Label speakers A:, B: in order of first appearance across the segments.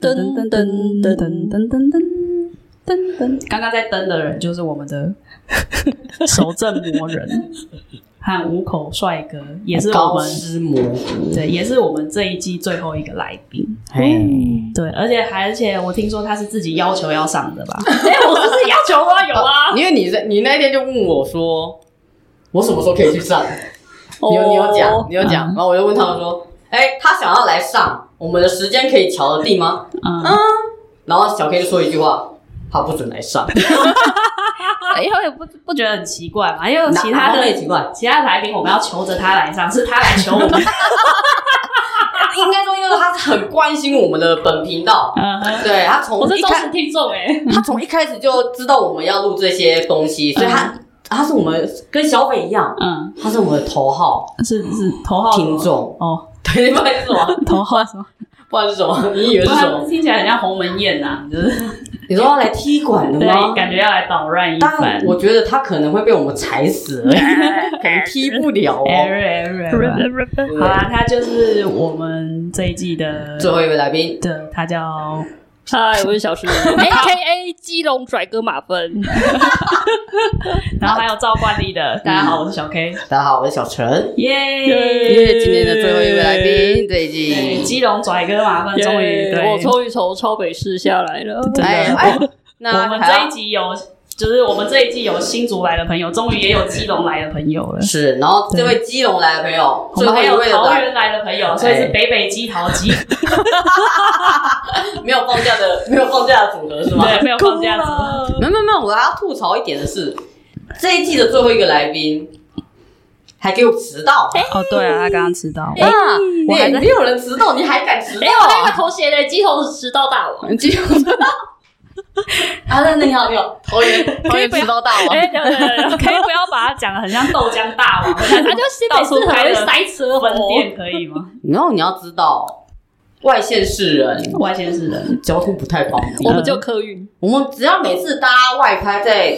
A: 噔噔噔噔噔噔噔噔噔噔，刚刚在登的人就是我们 的守正魔人和五口帅哥，也是我
B: 高
A: 们
B: 斯模糊，
A: 对，也是我们这一季最后一个来宾。
B: 嘿，
A: 对，而且还而且我听说他是自己要求要上的吧？ 哎、我是不是要求啊，有啊，
B: 因为你在你那天就问我说，我什么时候可以去上？你
A: 你
B: 有你有讲，你有讲，然后我就问他们说，哎、他想要来上，我们的时间可以调得定吗？
A: 嗯，
B: 然后小 K 就说一句话，他不准来上，
A: 因为哎不不觉得很奇怪嘛，因为其
B: 哪
A: 他
B: 哪
A: 的
B: 会奇怪，
A: 其他来宾我们要求着他来上，是他来求我们。
B: 应该说因为他很关心我们的本频道，
A: 嗯，
B: 对他 从
A: 我是
B: 一
A: 忠
B: 开
A: 实听众哎、
B: 他从一开始就知道我们要录这些东西，所以他、他是我们跟小北一样，
A: 嗯，
B: 他是我们的头号
A: 是是头号
B: 听众。
A: 哦，
B: 对，不然是什么？
A: 头号 什么？
B: 不然是什么？你以为是什么？
A: 听起来很像鸿门宴呐、就是
B: 你说要来踢馆的
A: 对
B: 吗，？
A: 感觉要来捣乱一
B: 啊当
A: 番
B: 然，。我觉得他可能会被我们踩 死而已，可能 踢不了哦。
A: 哎哎哎
B: 对
A: 好
B: 不对
A: 啦，他就是我们这一季的
B: 最后一位来宾，
A: 的，他叫
C: 嗨，我是 小石，A K A 基隆拽哥马芬。
A: 然后还有赵冠例的，大家好，我是小 K，
B: 大家好，我是小陈，因
A: 耶！
B: 为今天的最后一位来宾，这一
A: 对
B: 季，
A: 基隆拽哥麻烦，终于
C: 耶
A: 对
C: 我终于从超北市下来了。
A: 对
B: 哎哎，那
A: 我们
B: 还
A: 这
B: 要
A: 一集有，就是我们这一季有新竹来的朋友，终于也有基隆来的朋友了。
B: 是，然后这位基隆来的朋友，
A: 我
B: 最
A: 们
B: 后
A: 还
B: 一
A: 有
B: 位的
A: 桃
B: 来
A: 园来的朋友，所以是北北基桃基，
B: 没有放假的，没有放假的组合是吗？
A: 对，没有放这样子。
B: 没有没有没有，我还要吐槽一点的是，这一季的最后一个来宾还给我迟到。
A: 哦，对啊，他刚刚迟到。
B: 啊！哎我还没有人迟到，你还敢迟 到
C: 没有那个
B: 啊？
C: 头衔嘞，鸡头是迟到大王。
B: 你继续啊，那那你好，你好，桃 园桃园迟到大王，
A: 哎，对对对，可以不要把它讲的很像豆浆大王，
C: 他就新北市很会塞车
A: 分
C: 哦。
A: 店可以 吗？
B: 然后你要知道，外县市人
A: 外县市人，
B: 交通不太方便，
C: 我们就客运，
B: 我们只要每次搭外拍在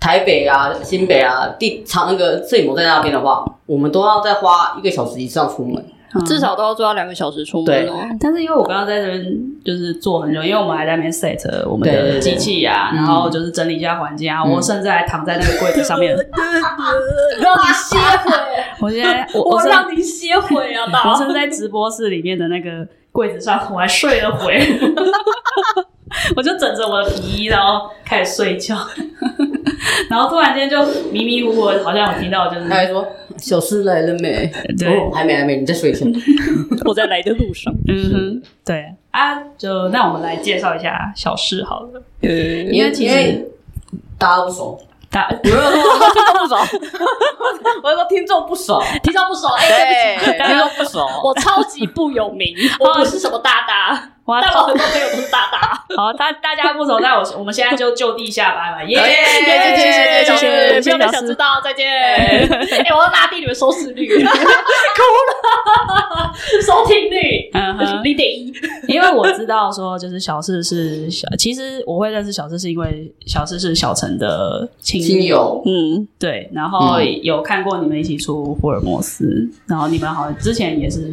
B: 台北啊、新北啊、地长那个摄影楼在那边的话，我们都要再花一个小时以上出门。
C: 至少都要抓两个小时出门哦。
A: 嗯但是因为我刚刚在这边就是坐很久，因为我们还在那边 set 我们
B: 对对
A: 的
B: 对
A: 机器啊，
B: 嗯
A: 然后就是整理一下环境啊，
B: 嗯
A: 我甚至还躺在那个柜子上面。
C: 让你歇会，
A: 我现在我
C: 我
A: 我
C: 让你歇会啊，大
A: 我
C: 王。
A: 正在直播室里面的那个柜子上，我还睡了会。 我就枕着我的皮衣，然后开始睡觉，然后突然间就迷迷糊糊，的，好像我听到就是
C: 哎
B: 他还说：“小诗来了没？”
A: 对
B: 哦还没，还没，你再睡一下。
C: 我在来的路上。
A: 嗯哼，对啊，就那我们来介绍一下小事好了。
C: 因
A: 因为其
B: 因
A: 实
B: 为大家都不熟，
A: 大
B: 我没有说听众不熟， 我说听众不熟，
C: 提到不熟，哎、
B: 对，
C: 对
B: 听
C: 不
B: 众
C: 起，
B: 不熟。
C: 我超级不有 名，
A: 啊
C: 我不是什么大大，
A: 哇，
C: 但我很多朋友都是大大。
A: 好，大大家不熟，那我我们现在就就地下班了，耶！
B: 耶谢谢谢谢
A: 谢谢
C: 没有人想知道，再见。哎，我要拉低你们收视率， 哭了，收听率
A: 嗯哼，
C: 零点一，
A: 因为我知道说，就是小四是小，其实我会认识小四是因为小四是小陈的亲
B: 亲友，
C: 嗯，
A: 对，然后
B: 嗯
A: 有看过你们一起出福尔摩斯，然后你们好像之前也是，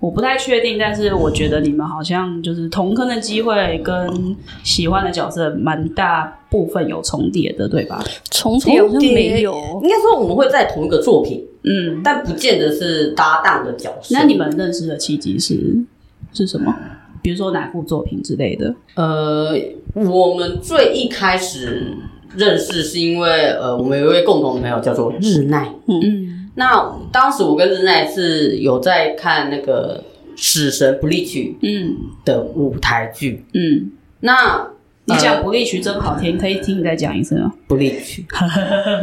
A: 我不太确定，但是我觉得你们好像就是同坑的机会跟喜欢的角色蛮大部分有重叠的，对吧？
C: 重有，
B: 应该说我们会在同一个作品，
A: 嗯，
B: 但不见得是搭档的角色。
A: 那你们认识的契机是是什么？比如说哪部作品之类的？
B: 呃，我们最一开始认识是因为呃，我们有一位共同的朋友叫做日奈。
A: 嗯
B: 那当时我跟日奈是有在看那个《死神 Bleach》
A: 嗯
B: 的舞台剧。
A: 嗯
B: 那呃
A: 你讲不利曲真好听，可以听你再讲一次吗？
B: 不利曲，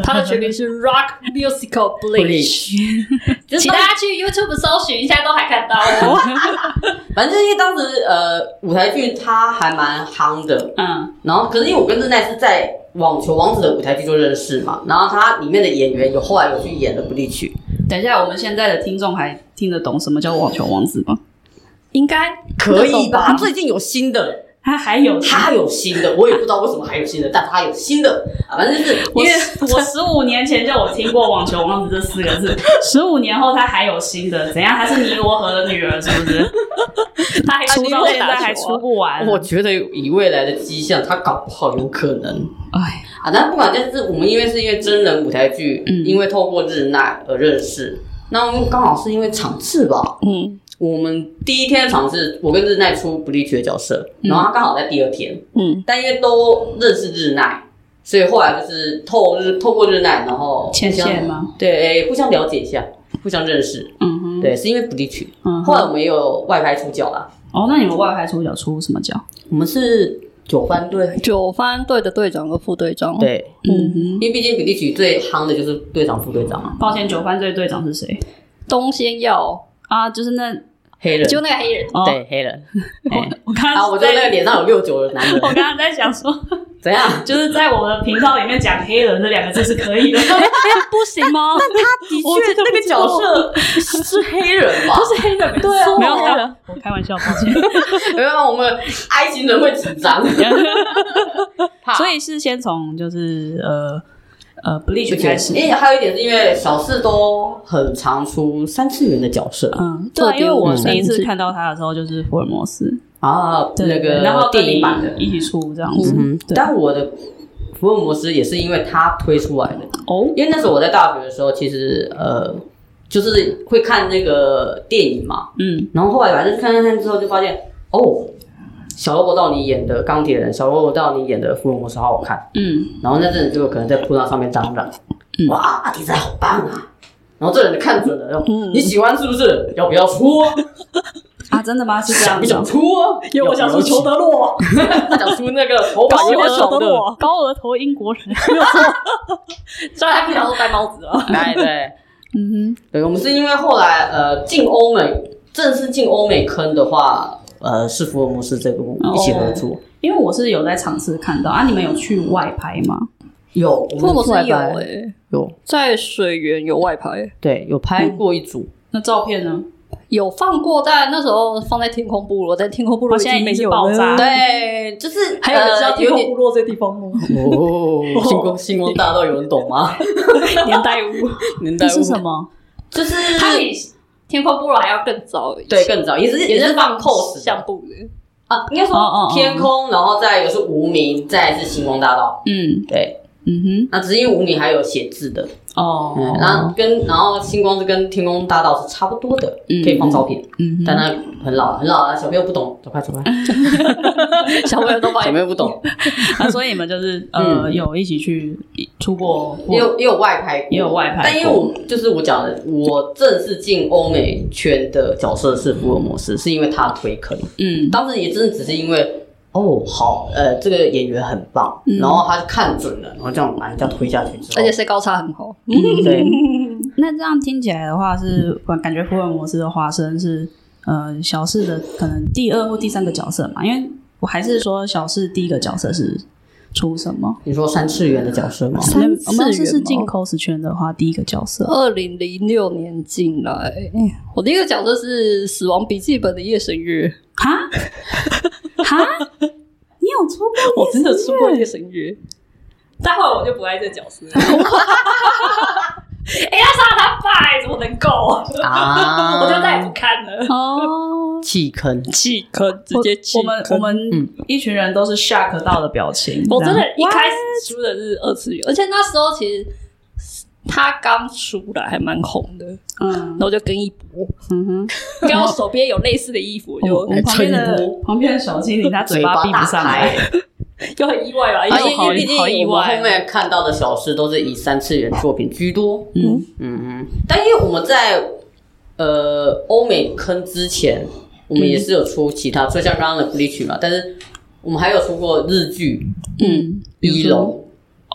C: 他的全名是 Rock Musical
B: 不 利曲。
C: 请大家去 YouTube 搜寻一下，都还看到哦。
B: 反正因为当时呃舞台剧它还蛮夯的，
A: 嗯，
B: 然后可是因为我跟郑奈是在网球王子的舞台剧就认识嘛，然后它里面的演员有后来有去演了不利曲，
A: 等一下，我们现在的听众还听得懂什么叫网球王子吗？
C: 应该
B: 可以吧？最近有新的。
A: 他还有
B: 他有新的，我也不知道为什么还有新的，但他有新的啊，反正就是
A: 我
B: 因为
A: 我十五年前就有听过“网球王子”这四个字，十五年后他还有新的，怎样？他是尼罗河的女儿是不是？他还出到现在还出不完，啊
B: 我觉得以未来的迹象，他搞不好有可能
A: 哎，
B: 啊。但不管，但是我们因为是因为真人舞台剧，
A: 嗯
B: 因为透过日奈而认识，那我们刚好是因为场次吧。
A: 嗯
B: 我们第一天的场次，我跟日奈出不利曲的角色，然后他刚好在第二天，
A: 嗯，
B: 但因为都认识日奈，所以后来就是透日透过日奈，然后
A: 倩
B: 互相
A: 倩吗？
B: 对，互相了解一下，互相认识。
A: 嗯哼，
B: 对，是因为不利曲。
A: 嗯
B: 后来
A: 哼，
B: 我们也有外拍出脚啦，
A: 哦，那你们外拍主角出什么角？
B: 我们是九番队。
D: 九番队的队长和副队长，
B: 对，
A: 嗯哼，
B: 因为毕竟比利曲最夯的就是队长、副队长嘛，
A: 抱歉，九番队队长是谁
D: 东仙耀，
A: 啊？就是那
B: 黑人。
D: 就那个黑人，
A: 哦，
B: 对黑人
A: 我我刚
B: 啊，
A: 刚
B: 我就
A: 在
B: 那个脸上有六九的男人
A: 我，刚刚在想说，
B: 怎样？
A: 就是在我的频道里面讲“黑人”这两个字是可以的，
D: 不行吗？
B: 的确，那个角色是黑人吧？
D: 是黑人，对啊，
A: 没有
D: 黑人，
A: 我开玩笑，抱歉。
B: 没有，我们爱情人会紧张。
A: 所以是先从就是呃呃不利
B: 就
A: 曲
B: 觉
A: 开
B: 得
A: 始，
B: 因为还有一点是因为小四都很常出三次元的角色
A: 嗯，对啊，因为我
D: 特别
A: 第一次
D: 嗯
A: 看到他的时候就是福尔摩斯，
B: 啊，
A: 对
B: 那
A: 对然
B: 个
A: 后跟
B: 电
A: 你
B: 影版的。
A: 一起出这样子，
B: 嗯，
A: 对
B: 但我的福尔摩斯也是因为他推出来的，
A: 哦，
B: 因为那时候我在大学的时候，其实呃，就是会看那个电影嘛，
A: 嗯
B: 然后后来反正看看看之后就发现，哦，小罗伯特道尼演的钢铁人，小罗伯特道尼演的福尔摩斯好好看，
A: 嗯，
B: 然后那阵子就可能在铺浪上面嚷嚷，哇，题材好棒啊！然后这人就看准了，然后你喜欢是不是？要不要出啊？
A: 啊，真的吗？是这样
B: 想不
A: 子
B: 想
A: 哦，
B: 出啊？
A: 因为我想出裘
B: 德洛，想出那个头发
A: 高
B: 有点
A: 额
B: 丑
A: 头
B: 的，
A: 我，高额头英国人，
C: 虽然他平常都戴帽子哦。
B: 哎对。
A: 嗯哼，
B: 对，我们是因为后来呃进欧美，正式进欧美坑的话，呃是福尔摩斯这个部一起合作。
A: 因为我是有在场次看到啊，你们有去外拍吗？
B: 有，
D: 福尔摩斯有
B: 哎、
D: 哎，
B: 有，
D: 在水源有外拍，
B: 对，有拍过一组，
A: 那照片呢？
D: 有放过，但那时候放在天空部落，但天空部落
A: 哦现在
D: 已经没
A: 已经
D: 有
A: 爆炸
D: 了。
B: 对，就是
C: 还有
D: 呃
C: 人知道天
B: 有
C: 空
B: 点
C: 部落这地方 吗？
B: 哦， 星光星光大道有人懂吗？
C: 年代屋，
B: 年代
A: 这
B: 物
A: 是什？么？
B: 就是
C: 它比天空部落还要更早一些，
B: 对更早，也是
C: 也
B: 是
C: 是
B: 放
C: 放
B: cos
C: 相
B: 的
C: 簿的。
B: 啊，应该
A: 哦哦
B: 说
A: 哦
B: 天空，然后再一个是无名，再来是星光大道。
A: 嗯
B: 对，
A: 嗯
B: 那只是因为无名还有写字的，
A: 哼，哦，
B: 嗯，然后跟然后星光是跟天空大道是差不多的，
A: 嗯
B: 可以放照片，
A: 嗯
B: 但
A: 哼，
B: 那很老很老了，小朋友不懂，嗯走快走快，
C: 小朋友都 把
B: 小朋友不懂，
A: 啊，所以你们就是呃
B: 嗯
A: 有一起去出过，
B: 也有也有外拍过，
A: 也有外拍过，
B: 但因为我就是我讲的，我正式进欧美圈的角色是福尔摩斯，是因为他推坑，
A: 嗯
B: 当时也真的只是因为。哦，好，呃，这个演员很棒，然后他看准了，然后这样把人家推下去之后，
D: 而且身高差很好，
B: 嗯对，
A: 那这样听起来的话是，我感觉福尔摩斯的化身是呃小四的可能第二或第三个角色嘛，因为我还是说小四第一个角色是出什么？
B: 你说三次元的角色吗？
D: 三次
A: 我们要是
D: 元
A: 是
D: 吗
A: 进 cos 圈的话，第一个角色
D: 二零零六年进来，我第一个角色是《死亡笔记本》的夜神月，
A: 哈哈，你有出过？
D: 我真的出过夜神月，
C: 待会我就不爱这角色了。哎，他杀了他爸，哎怎么能够？
A: 嗯
B: 啊，
C: 我就再也不看了。
A: 哦，
B: 弃坑，
D: 弃坑，直接弃
A: 我们我
D: 坑嗯
A: 们一群人都是 shock 到的表情，
D: 我
A: 这
D: 真
A: 样
D: 的一开始出的是二次元，而且那时候其实他刚出来还蛮红的，
A: 嗯
D: 然后就跟一波，
A: 嗯哼，
D: 刚好手边有类似的衣服，
A: 我
D: 就
A: 我们旁边
B: 哦撑
A: 的
B: 一
A: 旁边的小精灵他嘴巴闭
B: 打
A: 不上来
B: 开。。
C: 就很意外吧，因
B: 而
C: 为
B: 且啊因
A: 好
B: 为毕
A: 好意
B: 竟我们
A: 外
B: 后面看到的小事都是以三次元作品居多。
A: 嗯
B: 嗯嗯，但因为我们在呃欧美坑之前，我们也是有出其他，就像刚刚的 Bleach 嘛，但是。我们还有出过日剧
A: 嗯，
B: 《医龙》，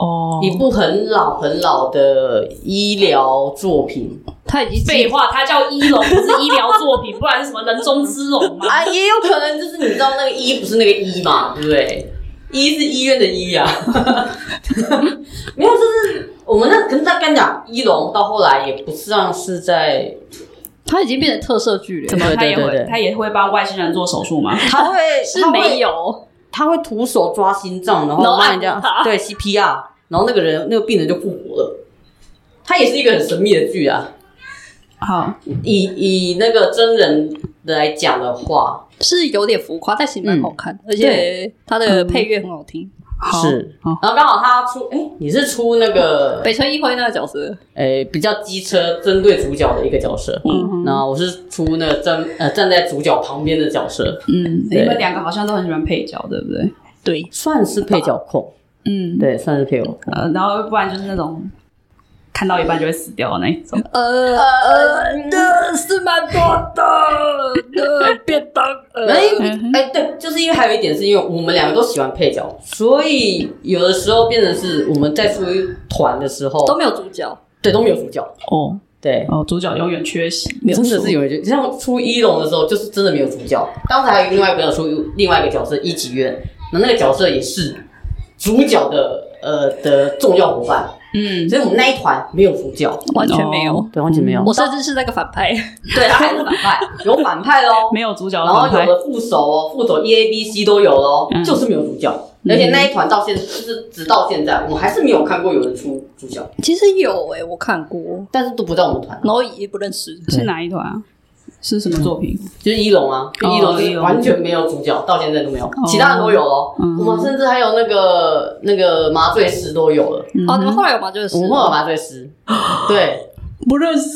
A: 哦，
B: 一部很老很老的医疗作品
D: 他已经
C: 废话，它叫医龙，不是医疗作品，不然是什么人中之龙吗？
B: 啊，也有可能就是你知道那个医不是那个医嘛，对不对？医是医院的医啊， 没有，就是我们那跟大跟你讲，医龙到后来也不像是在
D: 他已经变成特色剧了
A: 怎，么
B: 对
A: 他也
B: 对对
A: 会
B: 对
A: 他也会帮外星人做手术吗？
B: 他会
D: 是没有
B: 他会徒手抓心脏，然后啊
D: 然后
B: 帮
D: 按
B: 人家
D: 他
B: 对 CPR，然后那个人那个病人就复活了。它也是一个很神秘的剧啊。
A: 好，
B: 以以那个真人的来讲的话，
D: 是有点浮夸，但其实蛮好看，而且
B: 对
D: 他的配乐很好听。
A: 好
B: 是
A: 好
B: 然后刚好他出，哎、你是出那个，
D: 北村一辉那个角色，
B: 哎、比较机车针对主角的一个角色。
A: 嗯哼
B: 然后我是出那个站呃站在主角旁边的角色，
A: 嗯，你
B: 对
A: 们两个好像都很喜欢配角，对不对？
D: 对，
B: 算是配角控，
A: 嗯，
B: 对，算是配角控。
A: 呃，然后不然就是那种看到一半就会死掉的那一种。
D: 呃呃，那是蛮多的，呃，便当，
B: 哎、
D: 呃，
B: 哎、对，就是因为还有一点，是因为我们两个都喜欢配角，所以有的时候变成是我们在出一团的时候，
D: 都没有主角，
B: 对都没有主角，
A: 哦
B: 对，
A: 哦，主角永远缺席，
B: 真的是有人就像出一龙的时候，就是真的没有主角。当时还有另外一个出另外一个角色一级院，那那个角色也是主角的呃的重要伙伴，
A: 嗯，
B: 所以我们那一团没有主 角，
D: 完全没有。
A: 哦
B: 对，完全没有
D: 我甚至是那个反派，
B: 对他还是反派，有反派喽，
A: 没有主角
B: 然
A: 的
B: 后
A: 反派，
B: 有的副手哦，副手 E A B C 都有喽，
A: 嗯
B: 就是没有主角。
A: 嗯
B: 而且那一团到现就是直到现在，我还是没有看过有人出主角，
D: 其实有诶、我看过，
B: 但是都不在我们团，
D: 然后也不认识。
A: 是哪一团啊？是什么作品？
B: 就是一龙啊，
A: 哦
B: 一龙就
A: 一
B: 是
A: 龙哦
B: 完全没有主角，到现在都没有，其他人都有喽。
A: 嗯
B: 我们甚至还有那个那个麻醉师都有
A: 嗯
B: 了，
D: 哦，你们后来有吗？就是
B: 嗯我们会有麻醉师，
A: 哦
B: 对，
A: 不认识，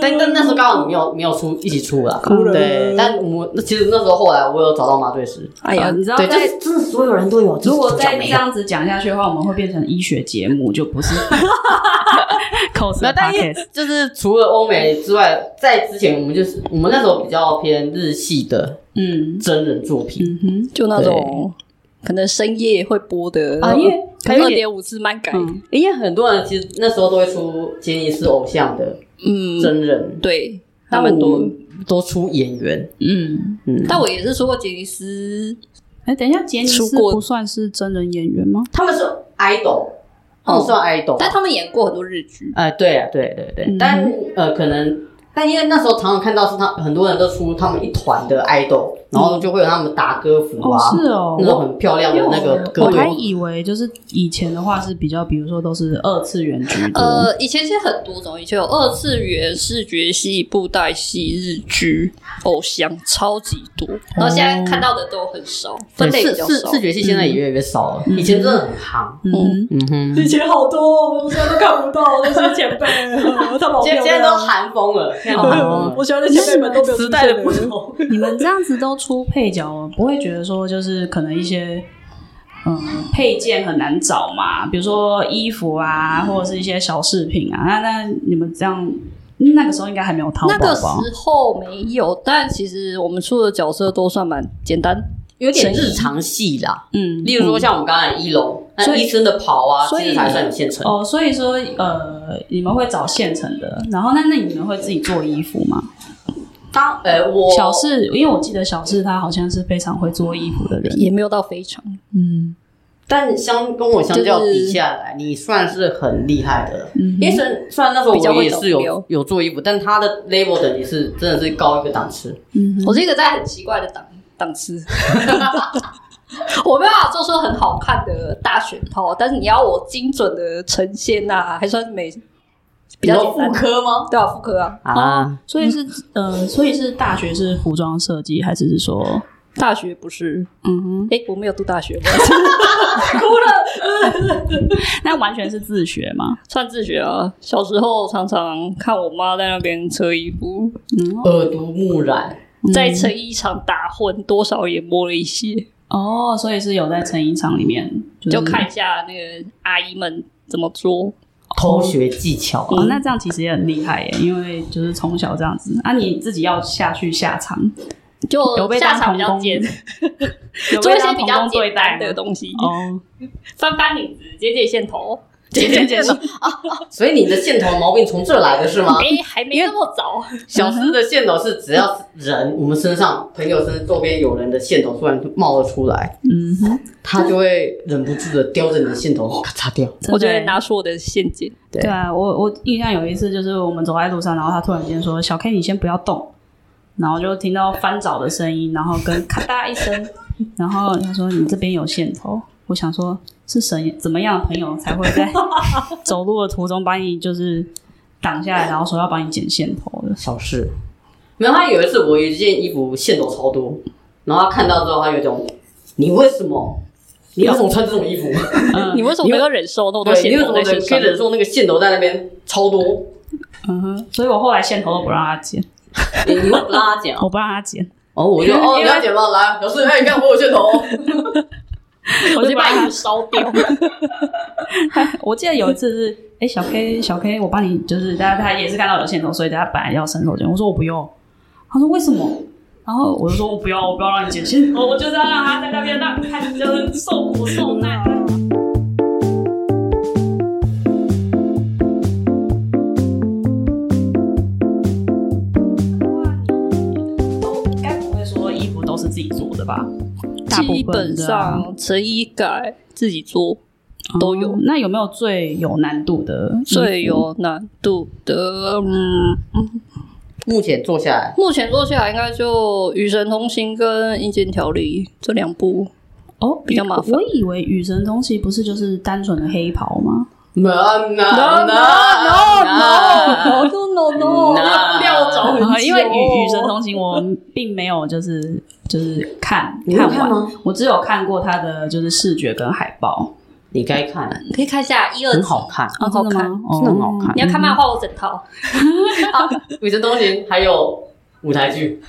B: 但但那时候刚好你没有没有出一起出啦，
A: 哭了
B: 对，但我们那其实那时候后来我有找到麻醉师，
D: 哎
A: 呃
D: 呀，
A: 你知道
B: 对，就
A: 在
B: 是真的所有人都有，
A: 如果
B: 在
A: 再这样子讲下去的话，我们会变成医学节目，就不 是口舌
B: 那但是
A: podcast。
B: 就是除了欧美之外，在之前我们就是我们那时候比较偏日系的
A: 嗯
B: 真人作品，
A: 嗯哼，
D: 就那种可能深夜会播的
B: 啊因为还有
D: 二
B: 一点
D: 点五次漫改，
A: 嗯
B: 因为很多人其实那时候都会出杰尼斯偶像的
D: 嗯，
B: 真人，
D: 对，还
B: 但
D: 蛮
B: 我
D: 多的。
B: 们都出演员，
A: 嗯。
B: 嗯，
D: 但我也是说过杰尼斯，
A: 哎，等一下，杰尼斯
D: 出过
A: 不算是真人演员吗？
B: 他们是 idol，他
A: 哦
B: 们算 idol，
D: 但他们演过很多日剧，
B: 哎、对啊，对对对，
A: 嗯
B: 但呃，可能，但因为那时候常常看到是他很多人都出他们一团的 idol，然后就会有他们打歌服
A: 哦
B: 啊，，
A: 是哦，
B: 那种很漂亮的那个歌
A: 我还
B: 队，
A: 以为就是以前的话是比较，比如说都是嗯二次元居多。
D: 呃，以前其实很多种，以前有二次元、视觉系、布袋戏、日剧、偶像，超级多。
B: 哦
D: 然后现在看到的都很少，分类比
B: 视
D: 较
B: 视
D: 少。
B: 视觉系现在也越来越少了，以前真的很行。
A: 嗯，
B: 嗯哼，
C: 哦以前好多，我们现在都看不到那些前辈，他们好
A: 啊
B: 现在现在都韩风了，现在都韩风
A: 嗯
B: 了。
C: 喜欢的前辈们都没有
B: 时代的不同，
A: 你们这样子都出配角，不会觉得说就是可能一些嗯配件很难找嘛？比如说衣服
B: 嗯
A: 啊，或者是一些小饰品啊。那那你们这样那个时候应该还没有淘宝
D: 那个
A: 吧？
D: 时候没有，但其实我们出的角色都算蛮简单，
B: 有点日常戏啦。
A: 嗯，
B: 例如说像我们刚才一楼，那
A: 所以
B: 医生的袍啊，
A: 所以
B: 其实还算有现成。
A: 哦，所以说呃，你们会找现成的，然后那那你们会自己做衣服吗？
B: 当呃我
A: 小四，因为我记得小四他好像是非常会做衣服的人，
D: 也没有到非常。
A: 嗯
B: 但相跟我相较比下来，你算是很厉害的了。
A: 嗯哼
B: 因为虽然虽然那时候
D: 比较
B: 我
D: 会
B: 也
D: 走
B: 是有
D: 流
B: 有做衣服，但他的 level 等级是真的是高一个档次。
A: 嗯哼，
D: 我是一个在很奇怪的档档次，我没有办法做出很好看的大选套，但是你要我精准的呈现啊，还算美，比较
B: 你
D: 简
B: 说妇
D: 单。
B: 科吗？
D: 对啊，妇科啊，
B: 啊，
A: 所以是呃，所以是大学是服装设计，还是是说
D: 大学不是
A: 嗯哼，
D: 哎、我没有读大学，我
A: 那完全是自学吗？
D: 算自学啊。小时候常常看我妈在那边车衣服，
B: 耳濡目染，
D: 在成衣厂打混，多少也摸了一些，
A: 哦，所以是有在成衣厂里面就是、
D: 就
C: 嗯
D: 看一下那个阿姨们怎么做。
B: 偷学技巧啊。
A: 哦，那这样其实也很厉害耶，因为就是从小这样子啊，你自己要下去下场，
C: 就
A: 有被
C: 下
A: 当
C: 场
A: 童
C: 比较
A: 工
C: 尖，
A: 有
C: 做
A: 被
C: 一些
A: 当
C: 比
A: 童
C: 较
A: 工对
C: 简单
A: 待
C: 的
A: 吗
C: 东西，
A: 哦，
C: 翻翻领子，解解线头，解
A: 解解
C: 头。
B: 所以你的线头毛病从这来的是
D: 嗯
B: 吗？
C: 哎，还没那么早，
B: 小诗的线头是只要是人，我们身上朋友身周边有人的线头突然冒了出来，
A: 嗯哼，
B: 他就会忍不住的叼着你的线头咔嚓掉。
C: 我就
A: 真的欸
C: 会
A: 耶
C: 拿出我的陷阱。
A: 对啊，我我印象有一次就是我们走在路上，然后他突然间说：“小 K，你先不要动。”然后就听到翻找的声音，然后跟咔嗒一声，然后他说：“你这边有线头。”我想说，是谁怎么样的朋友才会 在走路的途中把你就是挡下来，然后说要帮你剪线头的？
B: 小事，没有他有一次我有一件衣服线头超多，然后他看到之后他有一种，你为什么？你为什么穿这种 衣服？
A: 嗯
C: 你为什么能够忍受那么多
B: 对，你
C: 线
B: 为什
C: 头
B: 么
C: 在
B: 忍可
C: 身上
B: 以？忍受那个线头在那边超多？
A: 嗯哼，所以我后来线头都不让他剪，
B: 你你会不让他剪啊？
A: 我不让他剪，
B: 哦，我就哦，你要剪吗？来，小事，哎，你看我有线 头哦。
A: 我
C: 我就
A: 就
C: 把
A: 把
C: 衣服烧掉。
A: 我记得有一次是，哎、小 K，小 K，我帮你，就是他他也是看到有线头，所以他本来要伸手剪，我说我不用，他说为什么？然后我就说我不要，我不要让你剪，先我我就是要让他在那边让看，就是受苦受难。都哦该不会说衣服都是自己做的吧？大部
D: 基
A: 分
D: 本
A: 的啊
D: 上成衣改自己做都有
A: 哦那有没有最有难度的衣服？
D: 最有难度的，嗯，
B: 目前坐下来，
D: 目前做下来应该就《与神同行》跟《阴间条例》这两部，
A: 哦，
D: 比较麻烦
A: 我以为与神同行不是就是单纯的黑袍吗？
B: no no no
D: no no no no，
B: 料
D: 哦
C: 走很久
A: 啊因为与与神同行我并没有就是就是看
B: 你有看
A: 完
B: 吗
A: 我只有看过他的就是视觉跟海报，
B: 你该看，
D: 可以看一下一二
B: 很
D: 集，
B: 好看，
A: 啊
D: 很哦好
A: 真的
D: 看
A: 吗？
B: 真的很好看
D: 你要看嗯漫画我整套，
B: 《与神同行》还有舞台剧，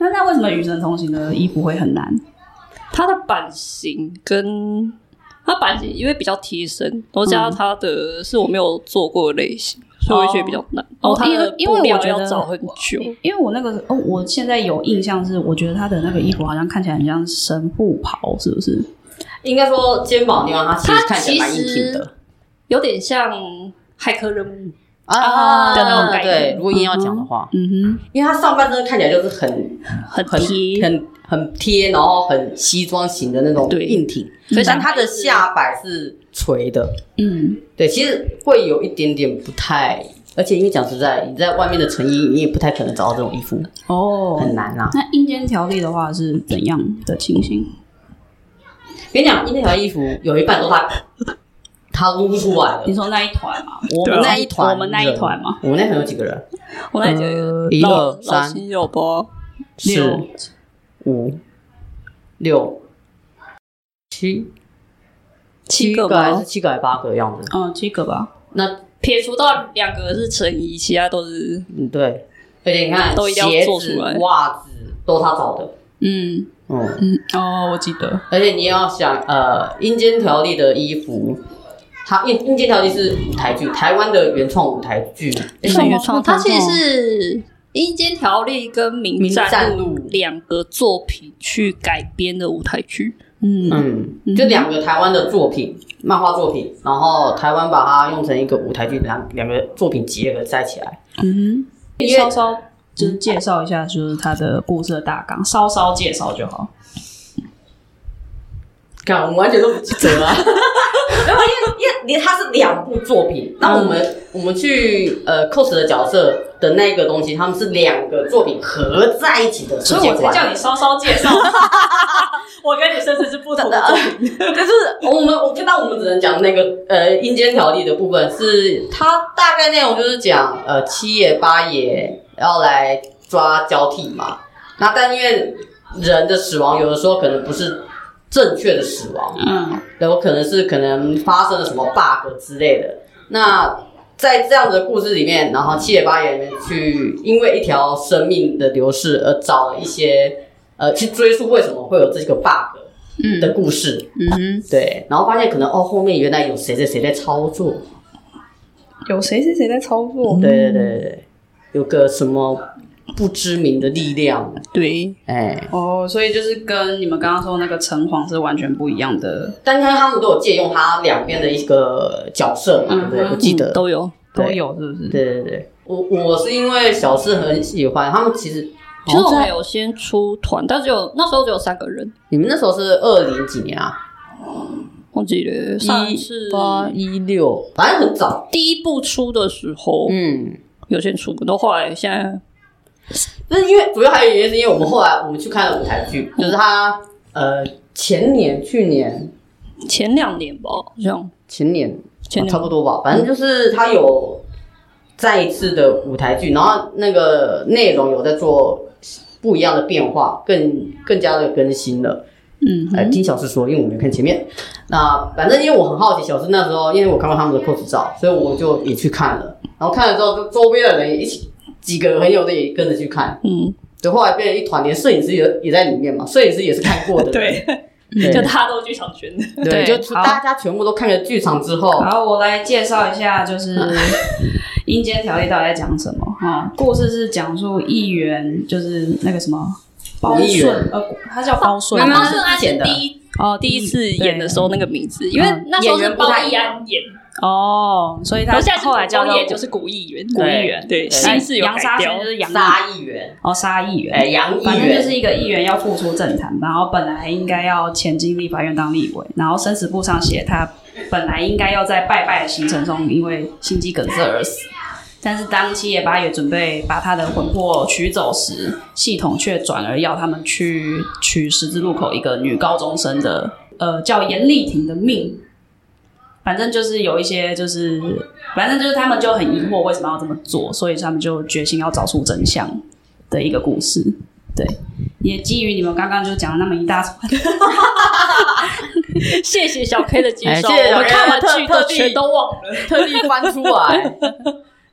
A: 那那为什么与神同行的衣服会很难？
D: 它的版型跟它版型因为比较贴身，然后加上它的是我没有做过的类型，所以我会觉得比较难。然后它
A: 哦因
D: 的
A: 为因
D: 布
A: 为我
D: 料
A: 觉
D: 要
A: 得
D: 找很久，
A: 因为我那个哦，我现在有印象是，我觉得他的那个衣服好像看起来很像神父袍，是不是？
B: 应该说肩膀地方，它其实看起来蛮硬挺的
D: 有点像骇客任务。
B: 啊
D: 的那种感觉
B: 对，如果硬要讲的话，
A: 嗯哼，
B: 因为它上半身看起来就是很
D: 很
B: 很
D: 贴
B: 很很贴，然后很西装型的那种
D: 对
B: 硬挺，
D: 所以
B: 但它的下摆是垂的，
A: 嗯，
B: 对，其实会有一点点不太。而且因为讲实在，你在外面的成衣，你也不太可能找到这种衣服，
A: 哦，
B: 很难啊啦、
A: 那阴间条例的话是怎样的情形？
B: 跟你讲，那条衣服有一半都他他撸出来了
A: 你。说那一团嘛，我
B: 我
A: 们
B: 们那一团，
A: 我们那一团嘛，，
B: 我们那团有几个人？
D: 我那觉
A: 嗯
D: 得
A: 呃
B: 一
D: 老
B: 二
D: 老
B: 三
D: 七有吧？
B: 四五六七
D: 七个
B: 个还是
D: 吗？
B: 七个还是八个的样子？
A: 嗯，七个吧。
B: 那
D: 撇除到两个是成衣，其他都是
B: 嗯对，而且你看
D: 都一定要
B: 鞋
D: 做出
B: 子
D: 来、
B: 袜子都他找的，
A: 嗯
B: 嗯，
A: 嗯，哦，我记得，
B: 而且你要想，呃，阴间条例的衣服。它阴阴间条例是舞台剧，台湾的原创舞台剧，
A: 什么
D: 它其实是《阴间条例》跟《
B: 名
D: 明
B: 战
D: 战
B: 录
D: 录》两个作品去改编的舞台剧。
A: 嗯
B: 嗯，就
A: 嗯
B: 两个台湾的作品，漫画作品，然后台湾把它用成一个舞台剧，两两个作品结合在起来。
A: 嗯哼，
B: 因为
A: 稍稍就是介绍一下，就是他的故事的大纲，稍稍介绍就好。
B: 看，我们完全都不记得啊。 没有，因为因为它是两部作品，那我们、我们去呃 cos 的角色的那个东西，他们是两个作品合在一起的世
A: 所以
B: 界
A: 我才叫
B: 观。
A: 你稍稍介绍， 我跟你甚至是不同的啊作品。
B: 可是我们我跟到我们只能讲那个呃阴间条例的部分，是它大概内容就是讲呃七爷八爷要来抓交替嘛。那但因为人的死亡有的时候可能不是正确的死亡，
A: 嗯
B: 有可能是可能发生了什么 bug 之类的。那在这样的故事里面，然后七爷八爷去因为一条生命的流逝而找了一些呃去追溯为什么会有这个 bug
A: 嗯
B: 的故事，
A: 嗯哼，
B: 对，然后发现可能哦后面原来有谁谁谁在操作，
A: 有谁谁谁在操作？
B: 对对对对对，有个什么不知名的力量。
D: 对，
B: 哎，
A: 哦，所以就是跟你们刚刚说的那个城隍是完全不一样的，
B: 但是他们都有借用他两边的一个角色嘛，对
A: 嗯
B: 不对？我记得，
D: 嗯都有。
A: 都
B: 对
A: 有是不是？
B: 对对对，我我是因为小四很喜欢他们，其实
D: 其实我们
B: 在
D: 有先出团，但只有那时候只有三个人，
B: 你们那时候是二零几年啊，
D: 忘记了。上一次
B: 八一六，反正很早。
D: 第一部出的时候、
B: 嗯，
D: 有先出，然后后来现在
B: 但是因为主要还有原因是因为我们后来我们去看了舞台剧，就是他呃前年、去年、
D: 前两年吧，好像
B: 前年
D: 前
B: 啊
D: 年
B: 差不多吧，反正就是他有再一次的舞台剧，然后那个内容有在做不一样的变化，更更加的更新了。
A: 嗯哼，
B: 呃，听小四说，因为我没有看前面。那反正因为我很好奇，小四那时候因为我看过他们的 pose 照，所以我就也去看了。然后看了之后，就周边的人也一起几个朋友的也跟着去看，
D: 嗯，
B: 对，后来变成一团，连摄影师也也在里面嘛，摄影师也是看过的，
C: 对，
B: 对
C: 就大家都剧场圈的。
B: 对，
E: 对
B: 就
A: 好
B: 大家全部都看了剧场之后，
A: 好，我来介绍一 下，就是《阴间条例》到底在讲什么哈、故事是讲述议员，就是那个什么包
B: 议员
A: 顺，呃，他叫包顺
B: 没有
A: 吗
B: 没
D: 包
B: 有
D: 顺安是第一
A: 哦，
D: 第一次演的时候那个名字，因为那时候
B: 演
D: 是
B: 员不
D: 包
B: 太
D: 奕
B: 一样
D: 安演，
A: 哦，所以
D: 然
A: 他
D: 后现在
A: 后来
D: 是
A: 叫
D: 古
A: 做
D: 光演，就是古议员，
A: 古议员，
D: 对，
B: 对
D: 姓氏有
A: 杨
D: 改
A: 沙宣
D: 掉
A: 就，是杨
B: 杀议员，
A: 哦沙议员，
B: 哎，杨议
A: 反正就是
B: 员，
A: 一个议员要复出政坛，然后本来应该要前进立法院当立委，然后生死簿上写他本来应该要在拜拜的行程中因为心肌梗塞而死，但是当七爷八爷准备把他的魂魄取走时，系统却转而要他们去取十字路口一个女高中生的呃叫严丽婷的命。反正就是有一些，就是反正就是他们就很疑惑为什么要这么做，所以他们就决心要找出真相的一个故事。也基于你们刚刚就讲了那么一大串，
D: 谢谢小 K 的介
B: 哎
D: 绍，
B: 谢谢小
D: 我们
B: K，
D: 看完
B: 特
D: 剧
B: 特
D: 都
B: 地
D: 全都忘了。
B: 特地翻出来，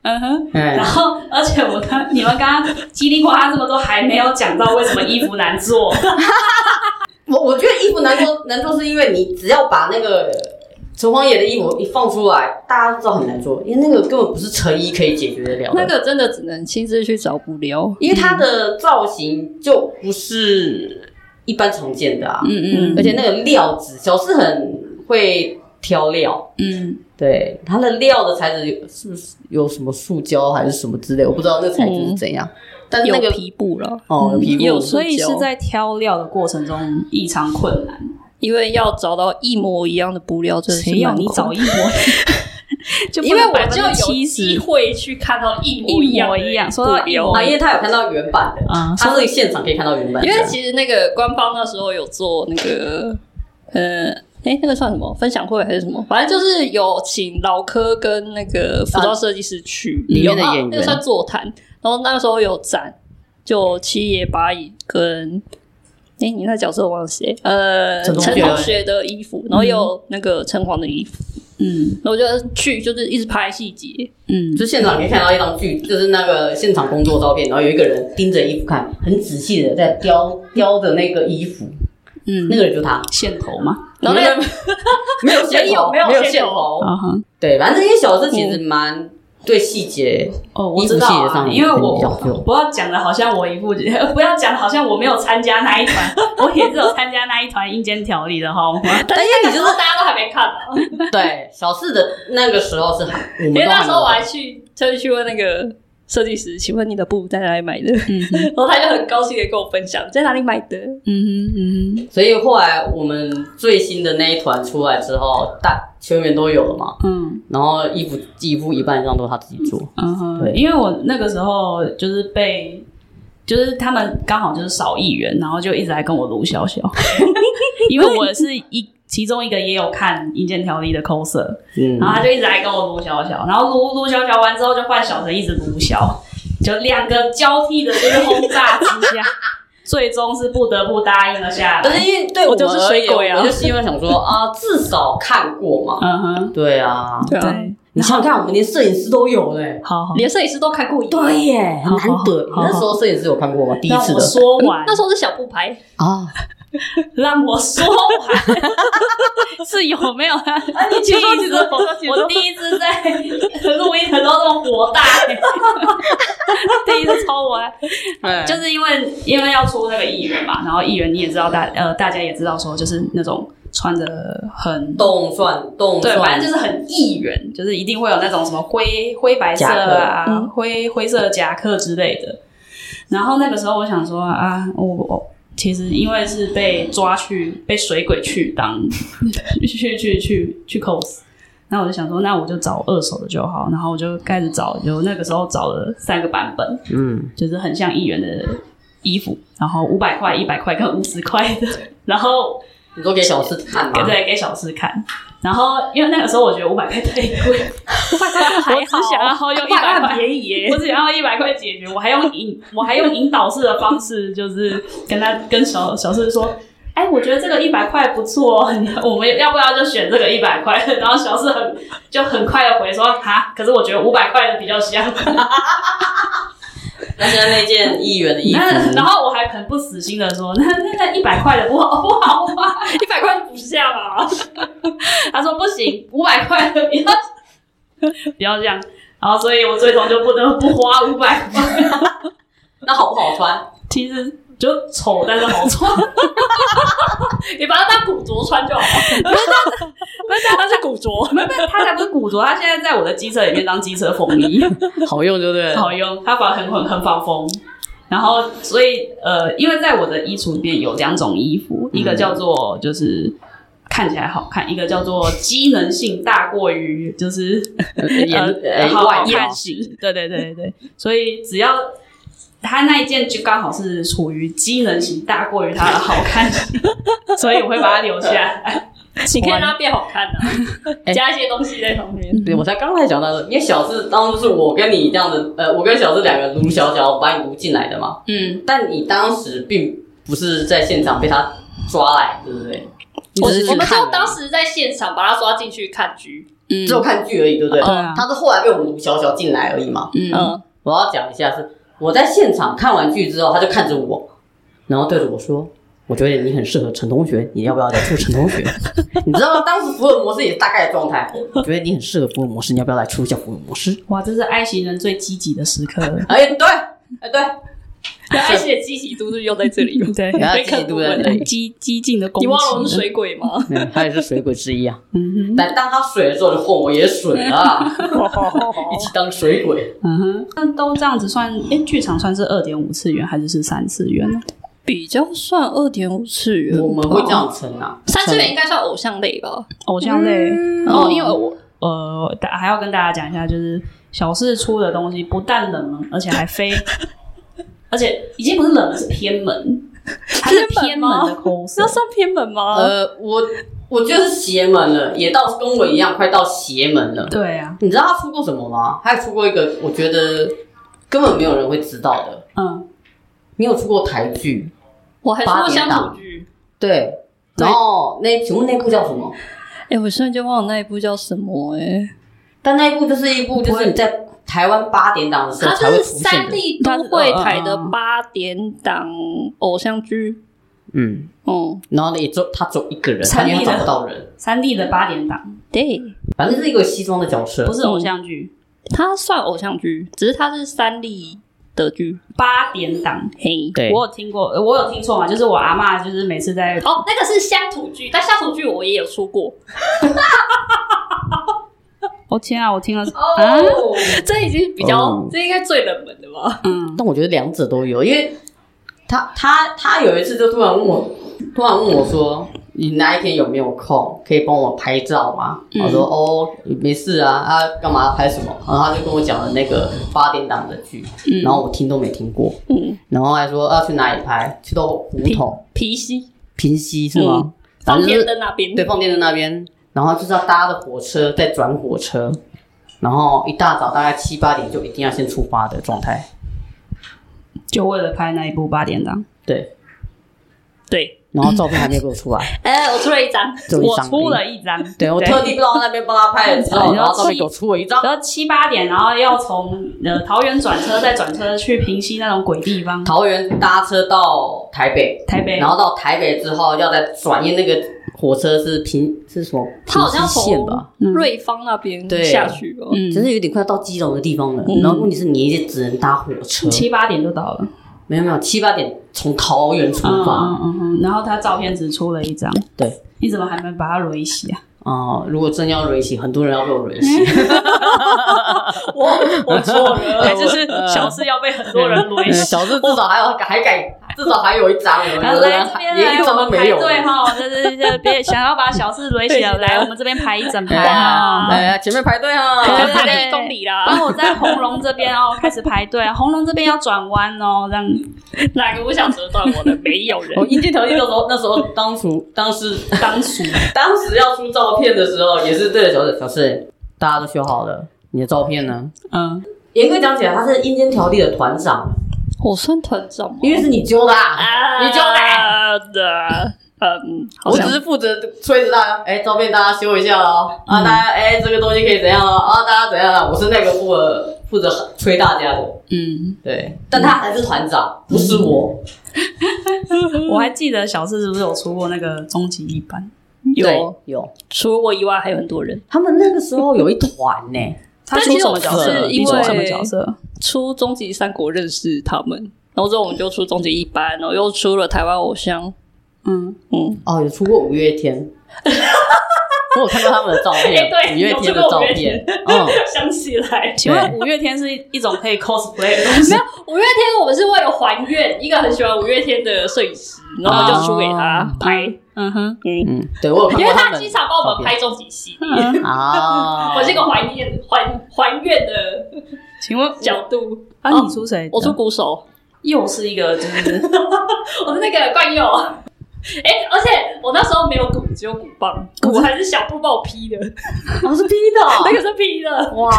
A: 嗯哼，然
B: 哎，
A: 后而且我刚你们刚刚叽里呱啦这么多，还没有讲到为什么衣服难做，
B: 我我觉得衣服难做难做是因为你只要把那个城隍爷的衣服一放出来，大家都知道很难做，因为那个根本不是成衣可以解决得了的
D: 那。个真的只能亲自去找布料，
B: 因为它的造型就不是一般常见的啊，
A: 嗯
B: 而且那个料子，小四很会挑料，
A: 嗯，
B: 对它的料的材质是不是有什么塑胶还是什么之类，我不知道那个材质是怎样，但是那
D: 有
B: 个
D: 皮布了，
B: 哦有皮
D: 有
B: 布，
A: 所以是在挑料的过程中异常困难。
D: 因为要找到一模一样的布料，真的是
A: 谁要
D: 蛮
A: 你
D: 困
A: 找
D: 难
A: 一模？就
D: 因为我就
A: 七
D: 有机
A: 十
D: 会去看到一模
A: 一模
D: 的
A: 一样，说到一模
B: 啊，因为他有看到原版的，
A: 啊，
B: 他是现场可以看到原版的，
D: 因为其实那个官方那时候有做那个，呃，哎、那个算什么分享会还是什么？反正就是有请老科跟那个服装设计师去
B: 里面的
D: 有啊
B: 演员
D: 那个算座谈。然后那时候有展，就七爷八爷跟。哎、你那角色我忘了谁？呃，
B: 陈
D: 陈
B: 同学嗯
D: 同学的衣服，然后有那个城隍的衣服，
A: 嗯
D: 然后我就去，就是一直拍细节，
A: 嗯，
B: 就现场可以看到一张剧，就是那个现场工作照片，然后有一个人盯着衣服看，很仔细的在雕雕的那个衣服，
A: 嗯
B: 那个人就是他，
A: 线头嘛，
D: 然后那个
B: 没有 线头，
D: 没有没有线头
B: 线头，嗯
A: 啊哈，
B: 对，反正这些小事其实蛮对细节，
A: 哦，我
B: 衣服
A: 知道、
B: 系列
A: 啊，
B: 上
A: 因为我
B: 很讲究
A: 不要讲的好像我一副，呃不要讲得好像我没有参加那一团， 我也是有参加那一团阴间条例的哈。
D: 但是那个时候大家都还没看到，
B: 对小四的那个时候是还，我们
D: 因为
B: 都
D: 那
B: 还
D: 时候我还
B: 没
D: 去，特地去问那个设计师，请问你的布在哪里买的？
A: 嗯哼
D: 然后他就很高兴的跟我分享在哪里买的。
A: 嗯哼
B: 所以后来我们最新的那一团出来之后，大全员都有了嘛，
A: 嗯
B: 然后衣服衣服一半以上都是他自己做，
A: 嗯哼
B: 对，
A: 因为我那个时候就是被。就是他们刚好就是少议员，然后就一直在跟我卢小 小，因为我是一其中一个也有看《阴间条例》的 coser，
B: 嗯
A: 然后他就一直来跟我撸小小，然后撸撸小小完之后就换小陈一直撸小，就两个交替的就是轰炸之下，最终是不得不答应了下
B: 但
A: 来。
B: 是因为对
D: 我
B: 们
D: 就是水鬼啊
B: 而言我就希望想说啊，至少看过嘛，
A: 嗯哼，
B: 对啊，
D: 对啊，
A: 对，
B: 你想想看，我们连摄影师都有嘞，
A: 好好。
D: 连摄影师都看过一遍。
B: 对耶，
A: 好
B: 很
A: 好
B: 难得。你
A: 好好
B: 那时候摄影师有看过吗？第一
A: 让
B: 次
A: 我
B: 的
A: 说完，
D: 那时候是小布拍，
B: 啊，
A: 让我说完，是有没有 啊？你
C: 请说请说请 说
A: 我第一次在录音的时候那么火大、欸，第一次抽我来，
B: 哎
A: 就是因为因为要出那个艺人嘛，然后艺人你也知道大呃大家也知道说就是那种穿着很
B: 动算动
A: 对，
B: 算，
A: 反正就是很艺人，就是一定会有那种什么灰灰白色
B: 夹
A: 啊、
D: 克嗯
A: 灰灰色夹克之类的。然后那个时候我想说啊，我我其实因为是被抓去被水鬼去当 去去去去 cos，那我就想说，那我就找二手的就好。然后我就开始找，有那个时候找了三个版本，
B: 嗯，
A: 就是很像艺人的衣服，然后五百块、一百块跟五十块的，然后
B: 你说给小四看
A: 给
B: 吗？
A: 对给小四看。然后因为那个时候我觉得五百块太贵，五百块还我只想要用一百块便宜耶，我只想要一百块解决，我还用引 我还用引导式的方式，就是跟他跟小小四说。哎，我觉得这个一百块不错哦，你我们要不要就选这个一百块？ 然后小四很就很快的回说哈，可是我觉得五百块的比较香。
B: 那现在那件议员的衣服，
A: 那然后我还很不死心的说，那那那一百块的不好不好吗？
C: 一百块不下 嘛，
A: 他说不行，五百块的不要 不要这样。然后，所以我最终就不得不花五百块。
B: 那好不好穿？
A: 其实就丑， 但是好穿。
C: 你把它当古着穿就好了。不是，它是古着，
A: 没有，没有他才不是古着，他现在在我的机车里面当机车风衣，
B: 好用就对 了。
A: 好用。他防很很很防风。然后，所以呃，因为在我的衣橱里面有两种衣服，一个叫做就是看起来好看，一个叫做机能性大过于就是
B: 颜
A: 呃
B: 呃
A: 好
B: 外
A: 外
B: 套，
A: 形，对对对对对，所以只要他那一件就刚好是处于机能型大过于它的好看， 所以我会把它留下来。
C: 你可以让它变好看啊，加一些东西在上面。
B: 对，我才刚才讲到的，因为小智当初是我跟你这样的，呃，我跟小智两个卢小小把你撸进来的嘛。
A: 嗯，
B: 但你当时并不是在现场被他抓来，对不对？你
C: 我
B: 只是去
C: 我们
B: 看而
C: 就
B: 已
C: 当时在现场把他抓进去看剧，
A: 嗯
B: 只有看剧而已，对不对？
A: 对啊
B: 他是后来被我们卢小小进来而已嘛。
A: 嗯，
B: 我要讲一下是，我在现场看完剧之后，他就看着我，然后对着我说：“我觉得你很适合陈同学，你要不要来出陈同 学？”你知道吗？当时福尔摩斯也是大概的状态，我觉得你很适合福尔摩斯，你要不要来出一下福尔摩斯？
A: 哇，这是爱情人最积极的时刻。
B: 哎，对，哎对，
C: 然后爱情的积极度就用在这 里了。
A: 对
B: 然后自己都在那里，
A: 激激进的攻击，
C: 你忘了我是水鬼吗？
B: 嗯他也是水鬼之一啊。
A: 嗯哼，
B: 但当他水的时候，就混我也水 了，一起当水鬼。
A: 嗯哼，那都这样子算，哎，剧场算是二点五次元还是是三次元呢？
D: 比较算二点五次元吧，
B: 我们会这样称啊，
D: 三次元应该算偶像类吧？
A: 偶像类，
D: 哦，因为我
A: 呃，大还要跟大家讲一下，就是小四出的东西不但冷门，而且还非，而且已经不是冷门，是偏 门，它是偏门的抠色
D: 要。算偏门吗？
B: 呃，我我觉得是邪门了，也到跟我一样快到邪门了。
A: 对啊，
B: 你知道他出过什么吗？他还出过一个我觉得根本没有人会知道的。
A: 嗯，
B: 你有出过台剧？
D: 我还
C: 还是
B: 八
C: 过
B: 点
C: 乡
B: 档
C: 土剧，
B: 对。
A: 对
B: 然后那请问那部叫什么？
D: 哎，我瞬间忘了那一部叫什么哎，
B: 但那一部就是一部就是你在台湾八点档的时
D: 它
B: 候才
D: 就
B: 会
D: 是
B: 出现
D: 三
B: 的。
D: 立都会台的
A: 嗯嗯嗯
D: 八点档偶像剧，
B: 嗯，
D: 嗯，
B: 然后也只有他只有一个人，他
A: 三立
B: 也
A: 的
B: 找不到人。
A: 三 D 的八点档
D: 对，
B: 反正是一个西装的角色
A: 不，是偶像剧，
D: 它算偶像剧，只是它是三立的剧，
A: 八点档。
D: 嘿，
B: 对
A: 我有听过，呃我有听错嘛？就是我阿嬷就是每次在
C: 哦，那个是乡土剧，但乡土剧我也有出过，
A: 我天啊，我听了啊，
C: 哦，这已经比较，
B: 嗯哦
C: 这应该最冷门的吧？
A: 嗯，
B: 但我觉得两者都有，因为他他他有一次就突然问我，突然问我说：“你那一天有没有空，可以帮我拍照吗？”我说：“哦，没事啊，啊，干嘛拍什么？”然后他就跟我讲了那个八点档的剧，然后我听都没听过，
D: 嗯，
B: 然后还说要去哪里拍，去到胡同
D: 皮西
B: 平西是吗？反
C: 放
B: 正就
C: 天
B: 是
C: 灯那边，
B: 对，放电的那边，然后就是要搭着火车再转火车，然后一大早大概七八点就一定要先出发的状态。
A: 就为了拍那一部八点档，
B: 对，
C: 对，
B: 然后照片还没有给我出 来，
C: 哎，
D: 呃
C: 我出了一张，
B: 只有一
A: 我
B: 张而已。
A: 出了一张，
B: 对我特地不到那边帮他拍了之后，
A: 对
B: 然后照片给我出了一张。
A: 然后七八点，然后要从呃桃园转车，再转车去平西那种鬼地方，
B: 桃园搭车到台北，
A: 台北
B: 然后到台北之后要再转运那个火车是平是什么？
D: 他好像
B: 平溪县
D: 从
B: 吧，
D: 瑞芳那边
B: 对
D: 下去哦。
A: 嗯，
B: 真是有点快到基隆的地方了。然后问题是，你也只能搭火车，
A: 七八点就到了。
B: 没有没有七八点从桃园出
A: 嗯
B: 发。
A: 嗯嗯嗯，然后他照片只出了一张，
B: 对，
A: 你怎么还没把它揉一洗啊？
B: 哦、如果真要蕊洗，很多人要被我蕊洗。
C: 我我错了，
A: 对，就是小事要被很多人揉一洗。
B: 小智至少还有还改，至少还有一张，啊有
A: 然后
B: 的人
A: 来这
B: 还
A: 边
B: 连
A: 来
B: 一张
A: 我
B: 都
A: 们排
B: 嗯没有。
A: 队哈，就是这别想要把小事垒起来，来我们这边排一 整排
B: 啊，
A: 哈。
B: 来前面排队啊！
A: 对
C: 排
A: 对
C: 一公里
A: 然
C: 啦。
A: 后我在红龙这边哦，开始排队。红龙这边要转弯哦，这样
C: 哪个不想折断我的？没有人
B: 我。应届条例那时候，那时候当初当时
A: 当属
B: 当时要出照片的时候，也是对着小小四，大家都修好了，你的照片呢？
A: 嗯，
B: 严格讲起来，他是阴间条例的团长，
D: 我算团长吗？
B: 因为是你揪的、啊，
C: 啊
B: 你就来
C: 的，嗯，好
B: 我只
C: 像
B: 是负责催着大家，哎、照片大家修一下哦，啊，大家哎、这个东西可以怎样哦，啊，大家怎样啊，我是那个负责负责催大家的，
A: 嗯，
B: 对，但他还是团长，不是我，
A: 我还记得小四是不是有出过那个终极一班？
B: 对
C: 有，
B: 嗯有，
C: 除了我以外还有很多人。
B: 他们那个时候有一团呢、
A: 他
D: 但
A: 出
D: 其实
A: 什
D: 我
A: 么角色？
D: 是因
A: 你出什么
D: 为
A: 角色？
D: 出终极三国认识他们，然后之后我们就出终极一班，然后又出了台湾偶像，
A: 嗯，
D: 嗯，
B: 哦，有出过五月天， 我有看到他们的照 片，
C: 哎对
B: 五月天的照片
C: 有，
B: 嗯，
C: 想起来，
A: 请问五月天是一一种可以 cosplay 的东西？
D: 五月天我们是为了还愿，一个很喜欢五月天的摄影师，然后我们就输给他
B: 哦
D: 拍，
A: 嗯哼，
D: 嗯，
B: 嗯，对我有看
D: 因
B: 过
D: 为
B: 他
D: 他
B: 们
D: 经常帮我们拍终极系列，
B: 啊，
D: 我是一个还愿还还愿的
A: 请问
D: 角度，
A: 啊，
D: 哦
A: 你出谁的？
D: 我出鼓手，
A: 又是一个 就是
D: 我是那个冠佑。 哎、而且我那时候没有鼓，只有鼓棒，鼓还是小布帮我劈的，
B: 我是 P 的，
D: 那个是劈的。
B: 哇，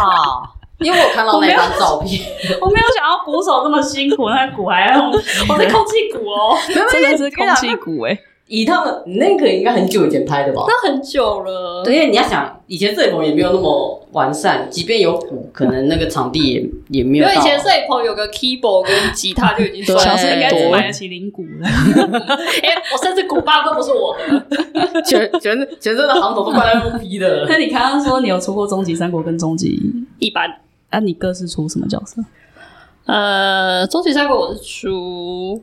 B: 因为我有看到那张照片，
A: 我没有想到鼓手这么辛苦，那鼓还 要用
D: 我是空气鼓哦，
A: 真的是空气鼓哎、
B: 以他们那个应该很久以前拍的吧？
D: 那很久了。
B: 对，因为你要想，以前摄影棚也没有那么完善，即便有鼓，可能那个场地也也没
D: 因
B: 有
D: 为以
B: 到。
D: 前摄影棚有个 keyboard 跟吉他就已经
B: 对
A: 小
D: 算
A: 时
D: 是
A: 候
D: 应
A: 应
D: 该
A: 该
D: 只
A: 只
D: 买
A: 买
D: 了
A: 得起零鼓了。
D: 哎、我甚至鼓棒都不是我 的，
B: 全全全身的行头都快要 P 的了。
A: 那你刚刚说你有出过终极三国跟终极，
D: 一般。
A: 啊，你各是出什么角色？
D: 呃，终极三国我是出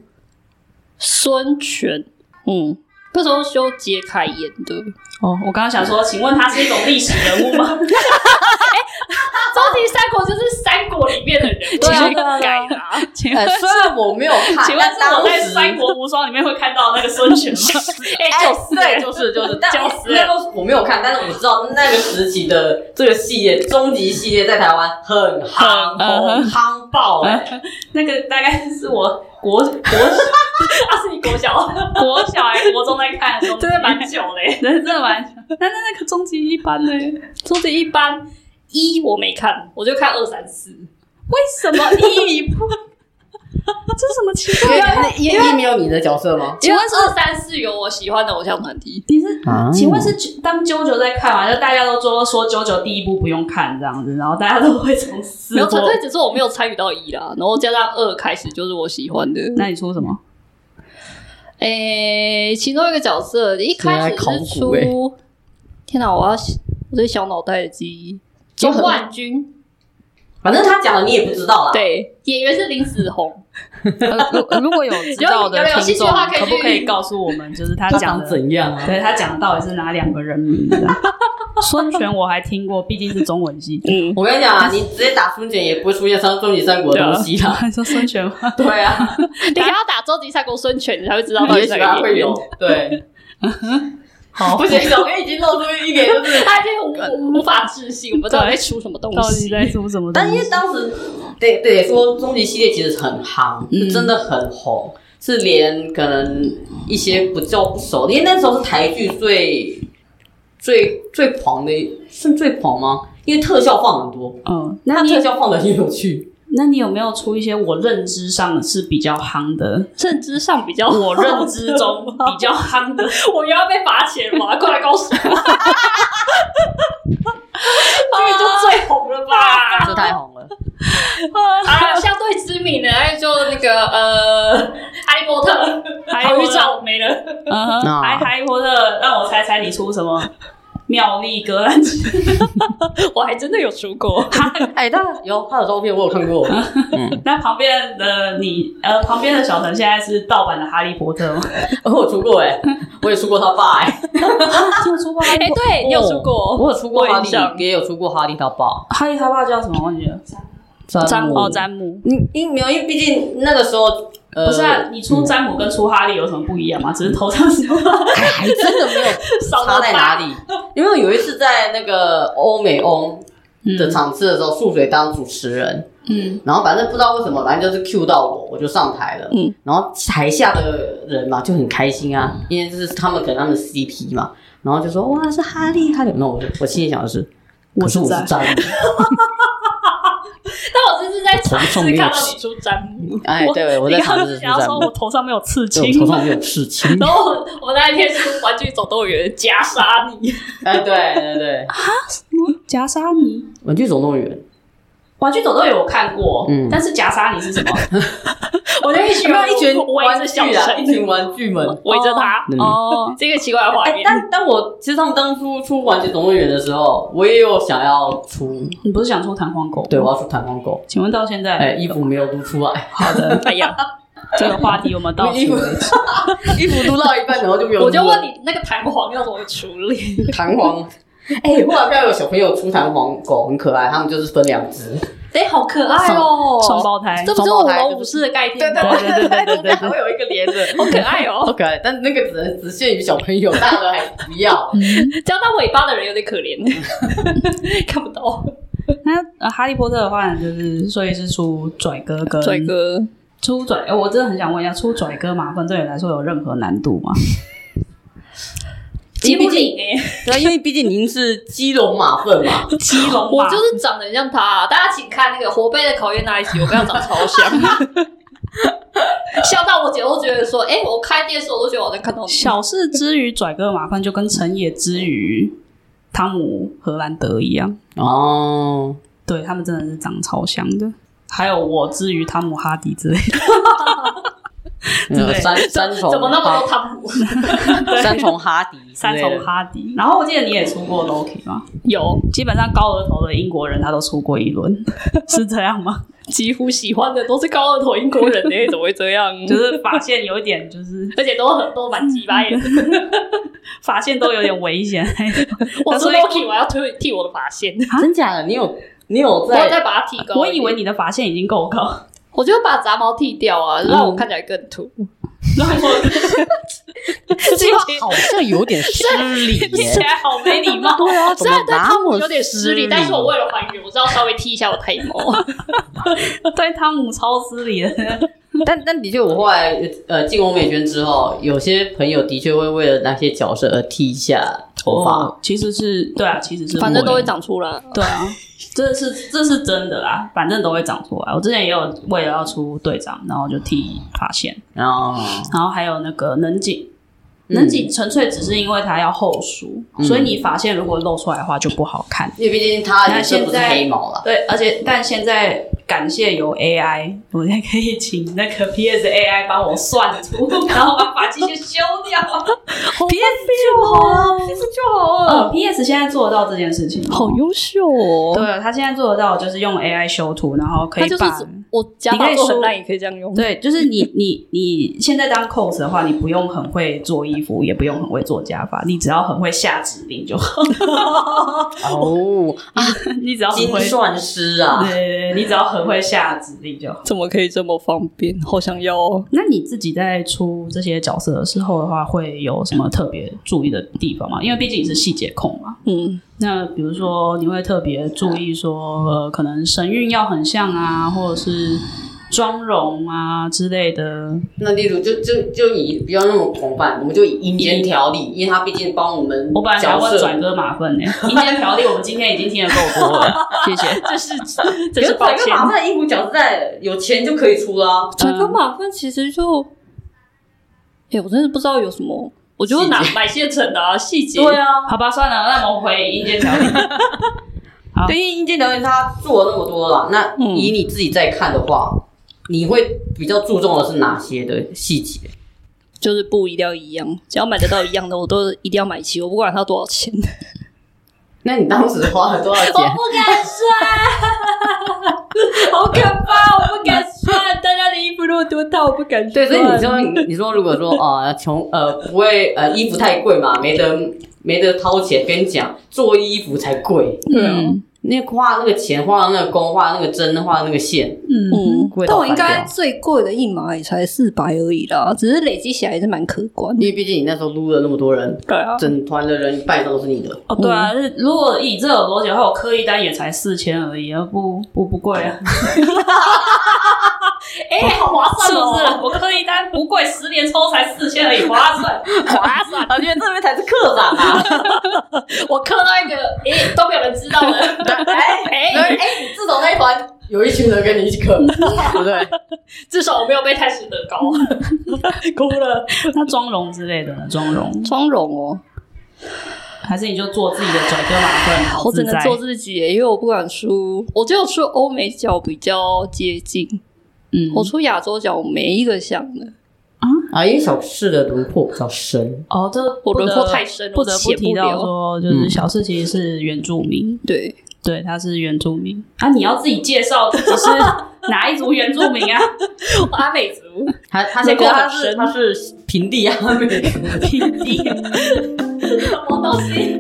D: 孙权，嗯，那时候修杰楷演的。
A: 哦，我刚刚想说，请问他是一种历史人物吗？
D: 终极三国就是三国里面的人，
B: 对啊
D: 其实改的啊。
A: 请
B: 呃，
A: 问，
B: 虽然我没有 看，
A: 请问
B: 但
A: 是我
B: 当
A: 在《
B: 时
A: 三国无双》里面 会看到那个孙权 吗？
D: 哎、
B: 哎
D: 九四
B: 对，就是就是，但
D: 就
B: 我
D: 是
B: 那个我没有看，但是我知道那个时期的这个系列，终极系列在台湾很夯
A: 嗯
B: 红夯爆哎，
A: 那个大概是我国 国
D: 啊，是你国小，
A: 国小还国中在看的 东西，
D: 真的蛮久嘞、
A: 对真的蛮。那那那个终极一班呢？为
D: 终极一般一我没看，我就看二三四。
A: 什么一米不？这什么奇怪？
B: 因为一没有你的角色吗？
D: 请问二三四有我喜欢的偶像团体？
A: 你是
B: 啊
A: 请问是啾当啾啾在看嘛？就大家都说说啾啾第一部不用看这样子，然后大家都会从四
D: 没有
A: 做
D: 团。队只是我没有参与到一啦，然后加上二开始就是我喜欢的。
A: 那你出什么？
D: 诶、其中一个角色一开始
B: 原
D: 是
B: 来考古
D: 出，
B: 欸
D: 天哪，我要我这小脑袋的记忆，
B: 就
D: 钟
B: 很
D: 万军，
B: 反正他讲的你也不知道啦。，
D: 对，呃演员是林子 宏，
A: 如如果有知道的
D: 有有有
A: 听
D: 兴趣
A: 众
D: 的话，可以
A: 可不可
D: 去
A: 以告诉我们，就是他
B: 他
A: 讲
B: 长
A: 的，
B: 怎样啊？
A: 对他讲到底是哪两个人名这样？ 孙权我还听过，毕竟是中文 系。
D: 嗯，
B: 我跟你讲啊，你直接打孙权也不会出现三终极三国的东西啦。
A: 还说孙权吗？
B: 对啊，
D: 你还要打周吉三国孙权，你才会知道到
B: 也许
D: 底是
B: 啊他
D: 哪个
B: 会
D: 演员
B: 有。对。好，不行，小黑已经露出一脸就是
D: 他就无无法置信，我们到底在出什么东
A: 到底
D: 西？
A: 在出什么东
B: 但因为
A: 西？
B: 当时得得说，终极系列其实很夯，是真的很红，是连可能一些不叫不熟的，因为那时候是台剧最最最狂的，算最狂吗？因为特效放很多，
A: 嗯，
B: 它
A: 那你
B: 特效放的很有趣。
A: 那你有没有出一些我认知上是比较夯的？
D: 认知上比较，
A: 我认知中比较夯 的，
D: 我又要被罚钱了，快来告诉我！ 这个就最红了 吧？
B: 这太红了，
D: 哎还有相对知名的，还有就那个呃，《哈利波特》
A: 哈嗨
C: 好
A: 我
C: 预
A: 的
C: 兆没了，
A: 嗯哼
B: 啊
A: 嗨嗨或者让我猜猜你出什么妙丽格兰奇？
C: 我还真的有出过。
B: 哎，他 有他的照片，我有看过。嗯，
A: 那旁边的你，呃，旁边的小陈现在是盗版的哈利波 特吗？
B: 我有出过哎，我也出过他爸哎，
A: 你有出过哈
C: 哎，对，你有出
D: 哦
C: 过？
B: 我有出过哈
C: 我有印象
B: 利，也有出过哈利他爸
A: 哈利他爸叫什么？忘记了。
B: 詹姆
C: 哦，詹姆，
B: 你你没有，因为毕竟那个时候，呃，
A: 不是啊，你出詹姆跟出哈利有什么不一样吗？只是头上是
B: 还真的没 有
C: 少
B: 差
C: 了
B: 在哪
C: 吧？
B: 里，因为有一次在那个欧美欧
C: 嗯
B: 的场次的时候，素水当主持人，
D: 嗯，
B: 然后反正不知道为什么，反正就是 Q 到我，我就上台了，
D: 嗯，
B: 然后台下的人嘛就很开心啊，
C: 嗯
B: 因为这是他们可能他们 CP 嘛，然后就说哇是哈利哈利，那我就我心里想的是。可是我是詹 姆，
C: 但我这次在尝试
B: 头上没有
C: 看到你出詹姆，
B: 哎，对，我
C: 你
B: 在
C: 刚
B: 场
C: 刚
B: 次
C: 是
B: 是
C: 想要
B: 詹
C: 说我
B: 姆，
C: 头上没有刺
B: 对，
C: 青
B: 我头
C: 吗？
B: 上没有事情。
C: 然后我我那一天是《玩具总动员》夹杀你，
B: 哎，对对对，《
A: 夹沙尼。
B: 玩具总动员》
A: 玩具总动员我看过，
B: 嗯
A: 但是夹沙尼是什 么？
C: 我就一群
B: 有没有一群
C: 围
B: 玩
C: 着小
B: 具啊，一
C: 神
B: 群玩具们。
C: 围着他，
B: 嗯
D: 哦，
C: 这个奇怪的画
B: 哎、
C: 面。
B: 但但我其实他们当初出《玩具总动员》的时候，我也有想要出，
A: 你不是想出弹簧狗？
B: 对，我。要出弹簧狗。
A: 请问到现在，
B: 哎、衣服没有撸出 来，
A: 好的，
C: 哎呀，
A: 这个话题我们到此
B: 衣服
A: 为止。
B: 衣服撸到一半，然后就没有。
C: 我就问，你那个弹簧要怎么处理？
B: 弹簧？哎、后来看到有小朋友出弹簧狗，很可爱，他们就是分两只。
C: 哎，好可爱哦，
A: 双胞胎，
C: 这不是
B: 双
C: 舞
B: 胞胎
C: 龙武士的概念吗？
A: 对对 对对
B: 还会有一个连着，
C: 好可爱哦，
B: 好可爱。但那个只能只限于小朋友，大人还不要。
C: 这样到尾巴的人有点可怜， 看不到。
A: 那呃哈利波特的话，就是所以是出拽哥跟
D: 帅哥，
C: 嗯
A: 出拽、哎我真的很想问一下，出拽哥麻烦对你来说有任何难度 吗？
C: 接不灵哎，
B: 对啊，因为毕竟您是基隆马粪 嘛，
A: 基隆
C: 我就是长得很像他啊，大家请看那个《活贝的考验》那一集，我跟他 长得超像。笑到我姐都觉得说，哎、我开电视我都觉得我能看到你。
A: 小事之于拽哥麻烦，就跟成也之于汤姆荷兰德一样，
B: 哦，
A: 对他们真的是长超像的。还有我之于汤姆哈迪之类的，
B: 嗯三三重
C: 怎么那么多汤姆？
B: 三重哈迪之
A: 三
B: 类的，
A: 重哈迪。然后我记得你也出过 Loki 吗？
C: 有
A: 基本上高额头的英国人他都出过一轮， 是这样吗？
C: 几乎喜欢的都是高二头英国人呢、怎么会这样？
A: 就是发现有一点就是
C: 而且都很都蛮鸡巴眼的。
A: 发现都有点危险。
C: 我
A: 所
C: 说
A: 以
C: Loki，我要推替我的发线，
B: 真假的？你有你有
C: 我要
B: 在
C: 再把它剃高一点。
A: 我以为你的发现已经够高，
C: 我就把杂毛剃掉啊，让我看起来更土。
A: 然后我
C: 计划
B: 好像有 点失礼
A: 听起
B: 耶。
A: 来好没礼 貌。
B: 对啊，怎
C: 虽
B: 么
C: 然对
B: 那
C: 汤姆
B: 么
C: 有点失礼，但是我为了还原，我知道稍微剃一下我的腿毛。
A: 对汤姆超失礼的，
B: 但但的确，我后来呃进欧美圈之后，有些朋友的确会为了那些角色而剃一下头发。
A: 哦其实是对啊，其实是
D: 反正都
A: 会
D: 会长出 来。
A: 对啊，这是这是真的啦，反正都会长出来。我之前也有为了要出队长，然后就剃发线，
B: 然后
A: 然后还有那个能井，
B: 嗯
A: 能井纯粹只是因为它要后梳，
B: 嗯
A: 所以你发线如果露出来的话就不好看。
B: 因为毕竟他
A: 那
B: 也是
A: 现
B: 不是
A: 在
B: 黑毛了，
A: 对，而且但现在感谢有 AI，我现在可以请那个 PS AI 帮我算图， 然后把发际线修掉。PS 就好
C: 啊
A: 了，PS 就好了。呃，PS 现在做得到这件事情，
D: 好优秀哦！
A: 对，他现在做得到，就是用 AI 修图，然后可
D: 他
A: 以
D: 就是
A: 把。
D: 我假发做很烂，也可以这样用。
A: 对，就是 你你你现在当 cos 的话，你不用很会做衣服，也不用很会做假发，你只要很会下指令就好。
B: 哦，
A: 你只要很
B: 金
A: 会，对
B: 算师啊，
A: 对对，你只要很会下指令就好。
D: 怎么可以这么方便？好想要哦！
A: 那你自己在出这些角色的时候的话，会有什么特别注意的地方吗？因为毕竟你是细节控嘛。
D: 嗯，
A: 那比如说，你会特别注意说，呃，可能神韵要很像啊，或者是妆容啊之类的。
B: 那例如就就就以不要那么广泛，我们就以阴间条例，因为他毕竟帮我们
A: 我本来想
B: 角
A: 问
B: 色
A: 转哥马粪呢、阴间条例我们今天已经听得够多了，谢谢。
C: 这是
B: 可
C: 这是
B: 是
C: 抱
B: 反正
C: 歉，
B: 马上衣服角色在有钱就可以出啦。
D: 这个
C: 嗯
D: 马粪其实就，哎，我真的不知道有什么，
C: 我就拿买现成的啊，细节。
B: 对啊，
A: 好吧，算了，那我们回阴间条例。好
B: 对，因为阴间疗愈他做了那么多了，那
D: 嗯
B: 以你自己在看的话，你会比较注重的是哪些的细节？
D: 就是布一定要一样，只要买得到一样的，我都一定要买齐，我不管它多少 钱。
B: 那你当时花了多少
C: 我
B: 钱？
C: 不敢算，好可怕！我不敢算，大家的衣服那么多套，我不敢算。
B: 对，所以你说你你说如果说呃穷呃不会呃衣服太贵嘛，没得没得掏钱，跟你讲做衣服才贵，
D: 对嗯
B: 那花那个钱花那个工花那个针花那个线，
D: 嗯
B: 贵到
D: 但我应
B: 翻
D: 该
B: 掉
D: 最贵的一码也才四百而已啦，只是累积起来也是蛮可观
B: 因
D: 的。
B: 为毕竟你那时候撸了那么多人，
D: 对啊，
B: 整团的人一半都是你的。
A: 哦，对啊，是如果以这种逻辑的话，我刻一单也才四千而已，啊，不不不贵啊，
C: 哎、好划
A: 是
C: 算
A: 不
C: 哦！
A: 是？我刻一单不贵，十年抽才四千而已，划算。
C: 划算，
B: 啊，因为这边才是课长啊！
C: 我磕到一个，哎、都没有人知道 的。哎、
B: 哎、你自从那一团有一群人跟你一起课，对不对？
C: 至少我没有被太师得高。
A: 哭了。那妆容之类的呢？妆容
D: 妆容哦，
A: 还是你就做自己的拽哥马粪，好
D: 我只
A: 自
D: 能
A: 在。
D: 做自己耶，因为我不敢出，我只有出欧美角比较接近，
A: 嗯
D: 我出亚洲角我没一个像的，
B: 啊，因为小事的轮廓比较深，
A: 哦，这
D: 我
A: 不得
D: 轮廓太深了，
A: 不得不
D: 写
A: 提到
D: 了。
A: 说，就是小四其实是原住民，
D: 对，
A: 对，他是原住民啊。你要自己介绍自己是 哪一族原住民啊？
C: 阿美族，
B: 他他先
D: 轮廓
B: 跟
D: 很
B: 他是他是平地啊，
A: 平地
C: 什么东西？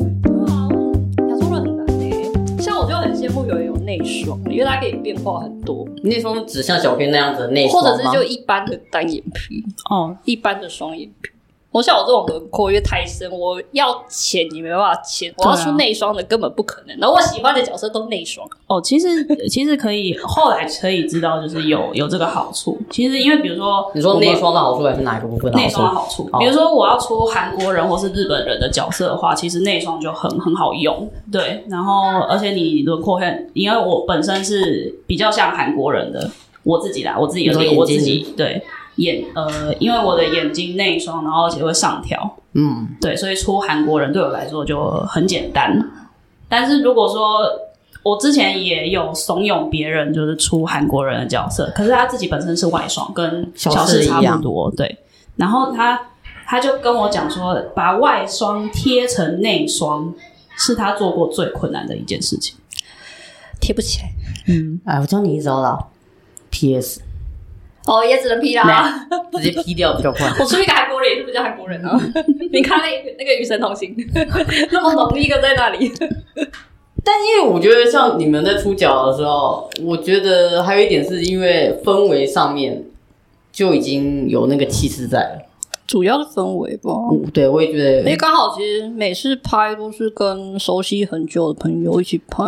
D: 亚洲人很难欸像我就很羡慕有人有内双，因为它可以变化很多，
B: 你那双只像小编那样子的内
D: 或
B: 双吗
D: 者是就一般的单眼皮，
A: 哦，
D: 一般的双眼皮。我像我这种轮廓，因为太深，我要浅也没办法浅，我要
A: 对啊
D: 出内双的根本不可能。然后我喜欢的角色都内双，
A: 哦，其实其实可以，后来可以知道，就是有有这个好处。其实因为比如说，
B: 你说
A: 我们
B: 内双的好处还是哪一个部分的
A: 内
B: 好
A: 双的
B: 处？
A: 好处
B: 哦，
A: 比如说我要出韩国人或是日本人的角色的话，其实内双就很很好用。对，然后而且你轮廓很，因为我本身是比较像韩国人的，我自己啦，我自己的
B: 你说
A: 脸，我
B: 眼睛
A: 自己对眼呃，因为我的眼睛内双，然后而且会上挑，
B: 嗯，
A: 对，所以出韩国人对我来说就很简单。但是如果说我之前也有怂恿别人，就是出韩国人的角色，可是他自己本身是外双，跟
B: 小
A: 小四
B: 四一
A: 差
B: 样
A: 不多，对。然后他他就跟我讲说，把外双贴成内双是他做过最困难的一件事情。
D: 贴不起来。
A: 嗯，
B: 哎，我教你一招啦，PS，
C: 哦，也只能 P 啦。
B: 来直接 P 掉比较快。
C: 我出一个韩国人也是不叫韩国人啊。
D: 嗯
C: 你看那那个《与神同行》， 那么浓一个在那里，
B: 但因为我觉得像你们在出脚的时候，我觉得还有一点是因为氛围上面就已经有那个气势在了。
D: 主要的氛围吧。
B: 嗯，对，我也觉
D: 因为
B: 得
D: 刚好其实每次拍都是跟熟悉很久的朋友一起拍，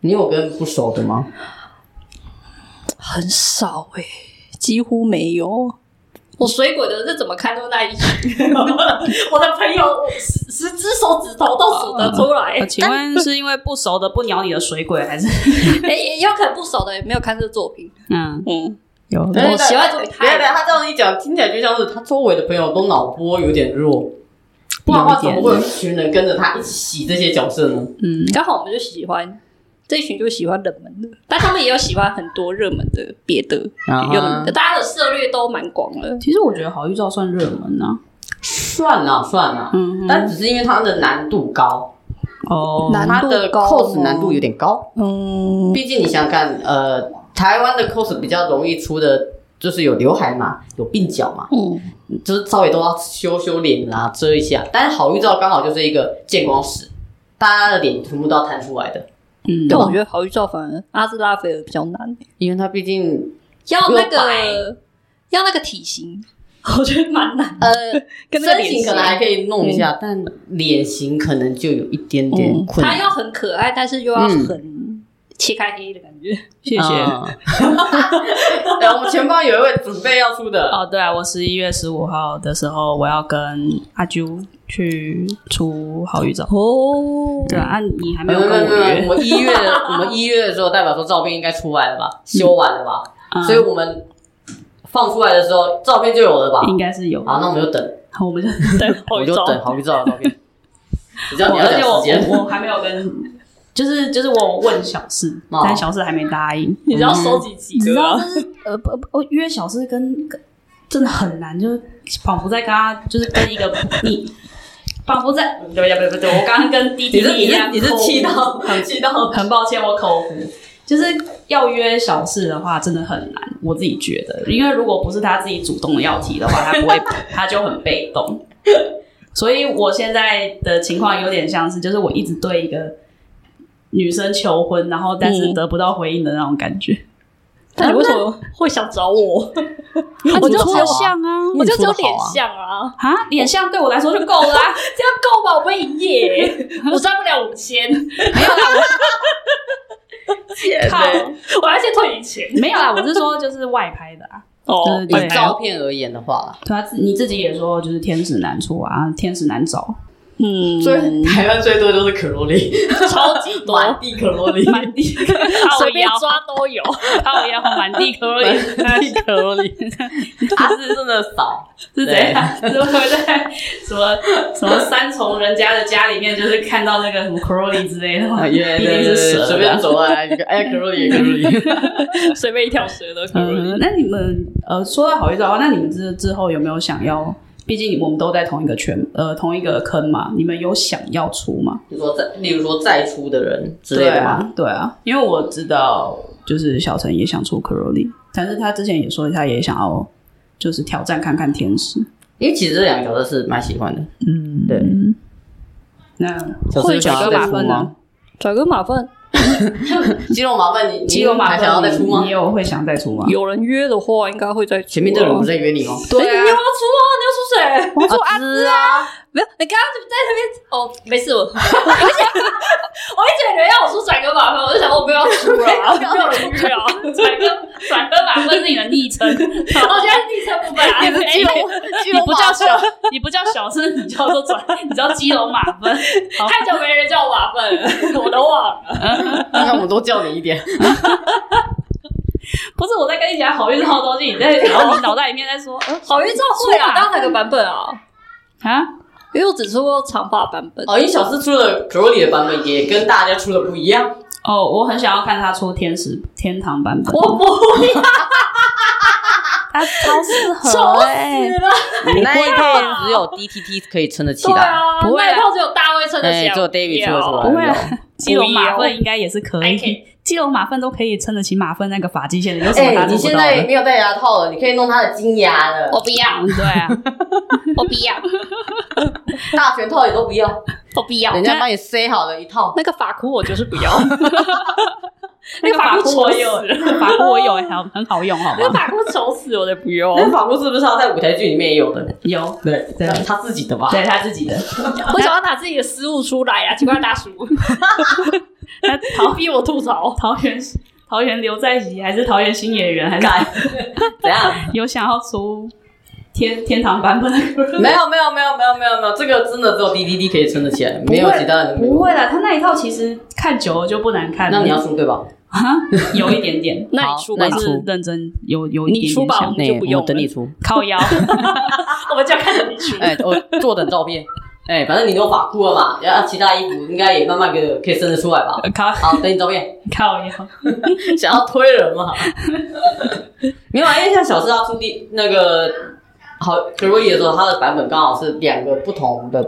B: 你有跟不熟的吗？
D: 很少哎、几乎没有。
C: 我水鬼的这怎么看都那一群。 我的朋友我十十只手指头都数得出来。
A: 呃请问是因为不熟的不鸟你的水鬼，还是
D: 哎、也有可能不熟的也没有看这作品。
A: 嗯
D: 嗯，
A: 有
C: 哎
D: 我喜欢这种
B: 别
D: 态
B: 别，他这样一讲，听起来就像是他周围的朋友都脑波有点弱，不然的话怎么会有一嗯群人跟着他一起洗这些角色呢？
A: 嗯
D: 刚好我们就喜欢这一群，就喜欢冷门的，但他们也有喜欢很多热门的别的，
B: 啊
D: 有冷门的，大家的涉猎都蛮广的。
A: 其实我觉得好预兆算热门啊。
B: 算了算了，
A: 嗯
B: 但只是因为它的难度高，
A: 哦
D: 难
B: 它
D: 度
B: 的
D: 高
B: cos
D: 吗
B: 难度有点高。
D: 嗯，
B: 毕竟你想想看，呃，台湾的 cos 比较容易出的就是有刘海嘛，有鬓角嘛，
D: 嗯，
B: 就是稍微都要修修脸啦、遮一下。但是好预兆刚好就是一个见光死，大家的脸全部都要弹出来的，
A: 嗯，
D: 但我觉得好预兆反而阿兹拉菲尔比较难，
B: 因为它毕竟
D: 要那
B: 又白
D: 个要那个体型，
C: 我觉得蛮难。
B: 呃
D: 跟那个
B: 身
D: 脸
B: 形可能还可以弄一下，但脸型可能就有一点点困
D: 嗯他
B: 难。
D: 要很可爱，但是又要
B: 嗯
D: 很切开黑的感觉。
A: 谢谢。
B: 嗯 对，我们前方有一位准备要出的，
A: 哦，对啊，我十一月十五号的时候，我要跟阿啾去出好预兆。
D: 哦，
A: 对啊，啊你还没
B: 没
A: 有
B: 有没
A: 跟
B: 有
A: 我
B: 没有，
A: 约，
B: 我们一月我们一月的时候，代表说照片应该出来了吧，修完了吧，
A: 嗯
B: 所以我们放出来的时候，照片就有了吧？
A: 应该是有。
B: 好，那我们就等，
A: 好，我们就
C: 对，
B: 我就等好预兆的照片。你知道你要
A: 而且
B: 讲时间，
A: 我我还没有跟就是就是我有问小四，
B: 哦
A: 但小四还没答应。
C: 你知道收集几
A: 你知
C: 个
A: 道，
C: 啊？
A: 就是呃不不，呃约小四跟跟真的很难，就是仿佛在跟他就是跟一个你，仿佛在对不对不对，我刚刚跟弟弟
B: 你是
A: 一
B: 你是
A: 样，
B: 你是气到 很气到
A: 很抱歉，我口误。就是要约小事的话，真的很难，我自己觉得，因为如果不是他自己主动的要提的话，他不 会，他就很被动。所以我现在的情况有点像是，就是我一直对一个女生求婚，然后但是
B: 嗯
A: 得不到回应的那种感觉。
C: 但你为什么会想找 我？
E: 我就
C: 就
E: 抽
C: 只有
E: 象啊，
C: 我就只有
D: 你出得
C: 脸
D: 好啊
C: 像啊，
A: 啊，脸像对我来说就够 了、啊，
C: 这样够吧？我不会 一夜，我赚不了五千，
A: 欸
C: 靠，我要先退你钱。
A: 没有啦，我是说就是外拍的啊，
C: 哦
A: 对
B: 以照片而言的话，
A: 对啊，自你自己也说就是天使难出啊，天使难 找，
D: 嗯，
B: 台湾最多就是可洛丽，
C: 超级多，
B: 满地可洛丽，
A: 满地
C: 随
A: 靠
C: 便
A: 腰，
C: 抓都有。
A: 靠 腰，满地可以。
B: 满地可洛丽，他啊是真的少，
A: 是怎样？是不会在什么什么三重人家的家里面，就是看到那个什么 Crowley 之类的吗？一
B: 啊对对
A: 定是
B: 对对
A: 蛇啊
B: 随便。走来，你看哎，可洛丽，可洛丽，
C: 随便一条蛇都可以。
A: 嗯，那你们呃，说到好一的话，那你们之之后有没有想要？毕竟我们都在同一个圈，呃，同一个坑嘛，你们有想要出吗？
B: 比如说再，例如说再出的人之类的嘛，
A: 啊，对啊，因为我知道，就是小陈也想出 Crowley，但是他之前也说他也想要，就是挑战看看天使。
B: 因为其实这两个角色是蛮喜欢的。
A: 嗯，
B: 对。
A: 那
B: 小
D: 会
B: 有想
A: 个
B: 要
D: 转
B: 再
A: 马
B: 出
A: 分啊
B: 吗
A: 呢？？
D: 转个马粪，
B: 肌肉麻烦你，你
A: 基隆马
B: 还
A: 分
B: 想要再出吗
A: 你？有会想再出吗？
D: 有人约的话，应该会在
B: 前面这个人不在约你哦，
A: 对啊，
C: 出啊，你要 出谁？
B: 我说阿芝啊，
D: 没有，你刚刚怎么在那边？哦，没事，我
C: 我一直以为要我出转哥马分，我就想我不要出了，没
A: 哦
C: 有 人约啊。
A: 转哥，转哥马分是你的昵 称，哦
C: 然后现在昵称不被
B: 哎
C: 安排，
A: 基隆，啊哎你不叫小，你不叫小生，你叫做转，你叫基隆马 分。
C: 太久没人叫我马粪了，我都忘了。
B: 那我们多叫你一点。
A: 不是我在跟你讲好运套东西，你在然后你脑袋里面在 说
D: 好运照会啊，当哪个版本啊？
A: 啊，
D: 因为我只出过长发版本，，
B: 哦，因为小四出了 g r o l y 的版本，也跟大家出的不一样。
A: 哦，我很想要看他出天使天堂版本，
C: 我不
E: 他超适合哎、
B: 那一套只有 DTT 可以撑得起
C: 对。啊，
A: 不会啊
C: 那一套只有大卫撑得起
B: 哎，
C: 来，
B: 只有 David 出得出来，
A: 不会啊
B: 有
A: 基隆马粪应该也是可
C: 哎
A: 以
C: 可以，
A: 基隆马粪都可以撑得起马粪那个发际线的，有什么
B: 哎，
A: 他做
B: 你
A: 不
B: 现
A: 到
B: 在
A: 的？
B: 没有戴牙套了，你可以弄他的金牙的，
C: 我不要，
A: 嗯对啊，
C: 我不要，
B: 大全套也都不要，
C: 我不要。
B: 人家帮你塞好了一套。
C: 那个法箍我就是不要，
A: 那个
C: 法
A: 法
C: 箍
A: 箍我
C: 丑
A: 有
C: 死，
A: 法箍我有，很很好用，好
C: 那个
A: 吗？
C: 法箍丑死我的不用。
B: 那法术是不是他在舞台剧里面也有的？
A: 有，
B: 对，
A: 对
B: 他自己的吧？
A: 对他自己的。
C: 我想要拿自己的 失误出 来呀，奇怪大叔，
A: 那
C: 好
A: 桃
C: 逼我吐槽。
A: 桃园桃园刘在熙还是桃园新演员，还是
B: 怎样？
A: 有想要出天天堂版本的？
B: 没有没有没有没有没有没有，这个真的只有 DTT 可以撑得起来，没有其他人。
A: 不会啦，他那一套其实看久了就不难看了。
B: 那你要出对吧？
A: 啊，有一点点
D: 那你出吧
B: 好那，你
A: 是
B: 出
A: 认真有有一
C: 你
A: 点
C: 出
A: 点
C: 吧
A: 像
C: 那就不用了
B: 我等你出。
A: 靠 腰。
C: 我们就要看着 你去。
B: 哎，我坐等照片。哎，反正你都法裤了嘛，然后其他衣服应该也慢慢给可以伸得出来吧。
A: 靠
B: 好，等你照片。
A: 靠腰，
B: 想要推人嘛？没有啊，因为像小四他出第那个好 g r o y 的时候，他的版本刚好是两个不同的，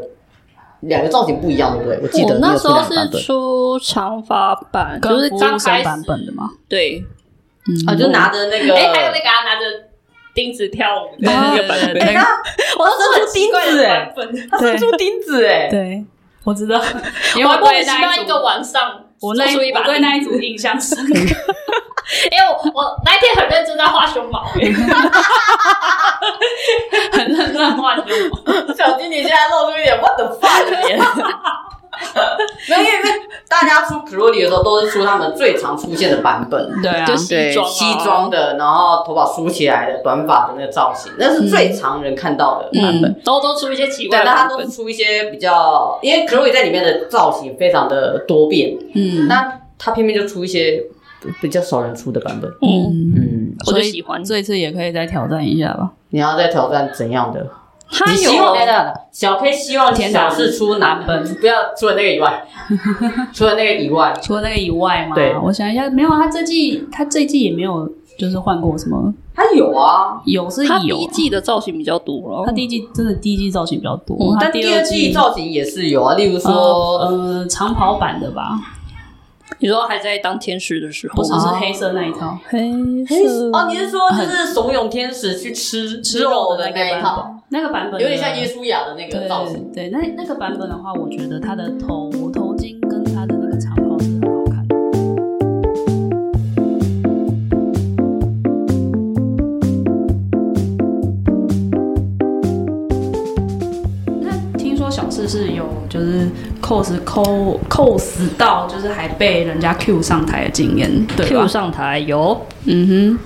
B: 两个造型不一样，对不对？我记得
D: 我那时候是嗯
B: 出
D: 出长发版，
A: 跟
D: 就是
A: 服
D: 刚
A: 务
D: 开
A: 生
D: 始
A: 版本的嘛。
D: 对，嗯
B: 啊，就拿着那个，
C: 哎，还有
D: 哦
C: 那个啊拿着钉子跳舞的那个版
A: 对
C: 本，
D: 哎
A: 对
C: 我都是很奇怪
B: 钉子
C: 的
B: 哎
C: 版本。
B: 他是出钉子哎、
A: 对，我知道，欸因为
C: 我
A: 我
C: 还莫名
A: 对
C: 其妙
A: 那
C: 一
A: 一组
C: 个，晚上
A: 我
C: 做
A: 那
C: 出一把
A: 我
C: 钉
A: 对那一组印象深刻。
C: 因为我我那一天很认真在画胸 毛、欸，
A: 很认真画胸毛，
B: 小金，你现在露出一点 what the fuck 的脸。 没有，因为因为大家出 g r o y 的时候都是出他们最常出现的版本，
A: 对啊，
C: 就西装、啊、
B: 西装的，然后头发梳起来的，短发的那个造型，那是最常人看到的版本。
D: 嗯，
C: 然后都出一些奇
B: 对
C: 怪，的
B: 那他
C: 版
B: 都
C: 本
B: 是。出一些比较，因为 Chloe 在里面的造型非常的多变，
A: 嗯
B: 那他偏偏就出一些比较少人出的版本。
D: 嗯，
B: 嗯，
C: 我
A: 所
C: 就
A: 以
C: 喜欢
A: 这一次也可以再挑战一下吧。
B: 你要再挑战怎样的？
C: 他
B: 你
C: 有
B: 希望等等等小 K 希望
A: 天
B: 小
A: 堂
B: 四出南奔，不要除了那个以 外，除了那个以外，
A: 除了那个以外嘛，
B: 对
A: 我想一下，没有啊，他这季他这季也没有就是换过什么，
B: 他有 啊，
A: 有是
C: 他第
A: 有
C: 一
A: 啊，
C: 季的造型比较多了，
A: 他第一季真的第一季造型比较多，
C: 嗯
A: 他
B: 但第二季造型也是有啊，例如
A: 呃
C: 哦
B: 说，
A: 呃长袍版的吧，
C: 你说还在当天使的时候
A: 不是
C: 吗，
A: 是
B: 哦
A: 黑色那一套，
C: 黑
B: 嘿
C: 色
B: 哦，你是说就是怂恿天使去吃吃肉的那一套，
A: 那个版本
B: 有点像
A: 的
B: 耶稣亚的那个造型。
A: 对对，那那个版本的话，我觉得他的头头巾跟他的那个长袍是很好看的。那听说小四是有就是 cos 抠 cos 到，就是还被人家 Q 上台的经验，对吧
C: Q？上台有
A: 嗯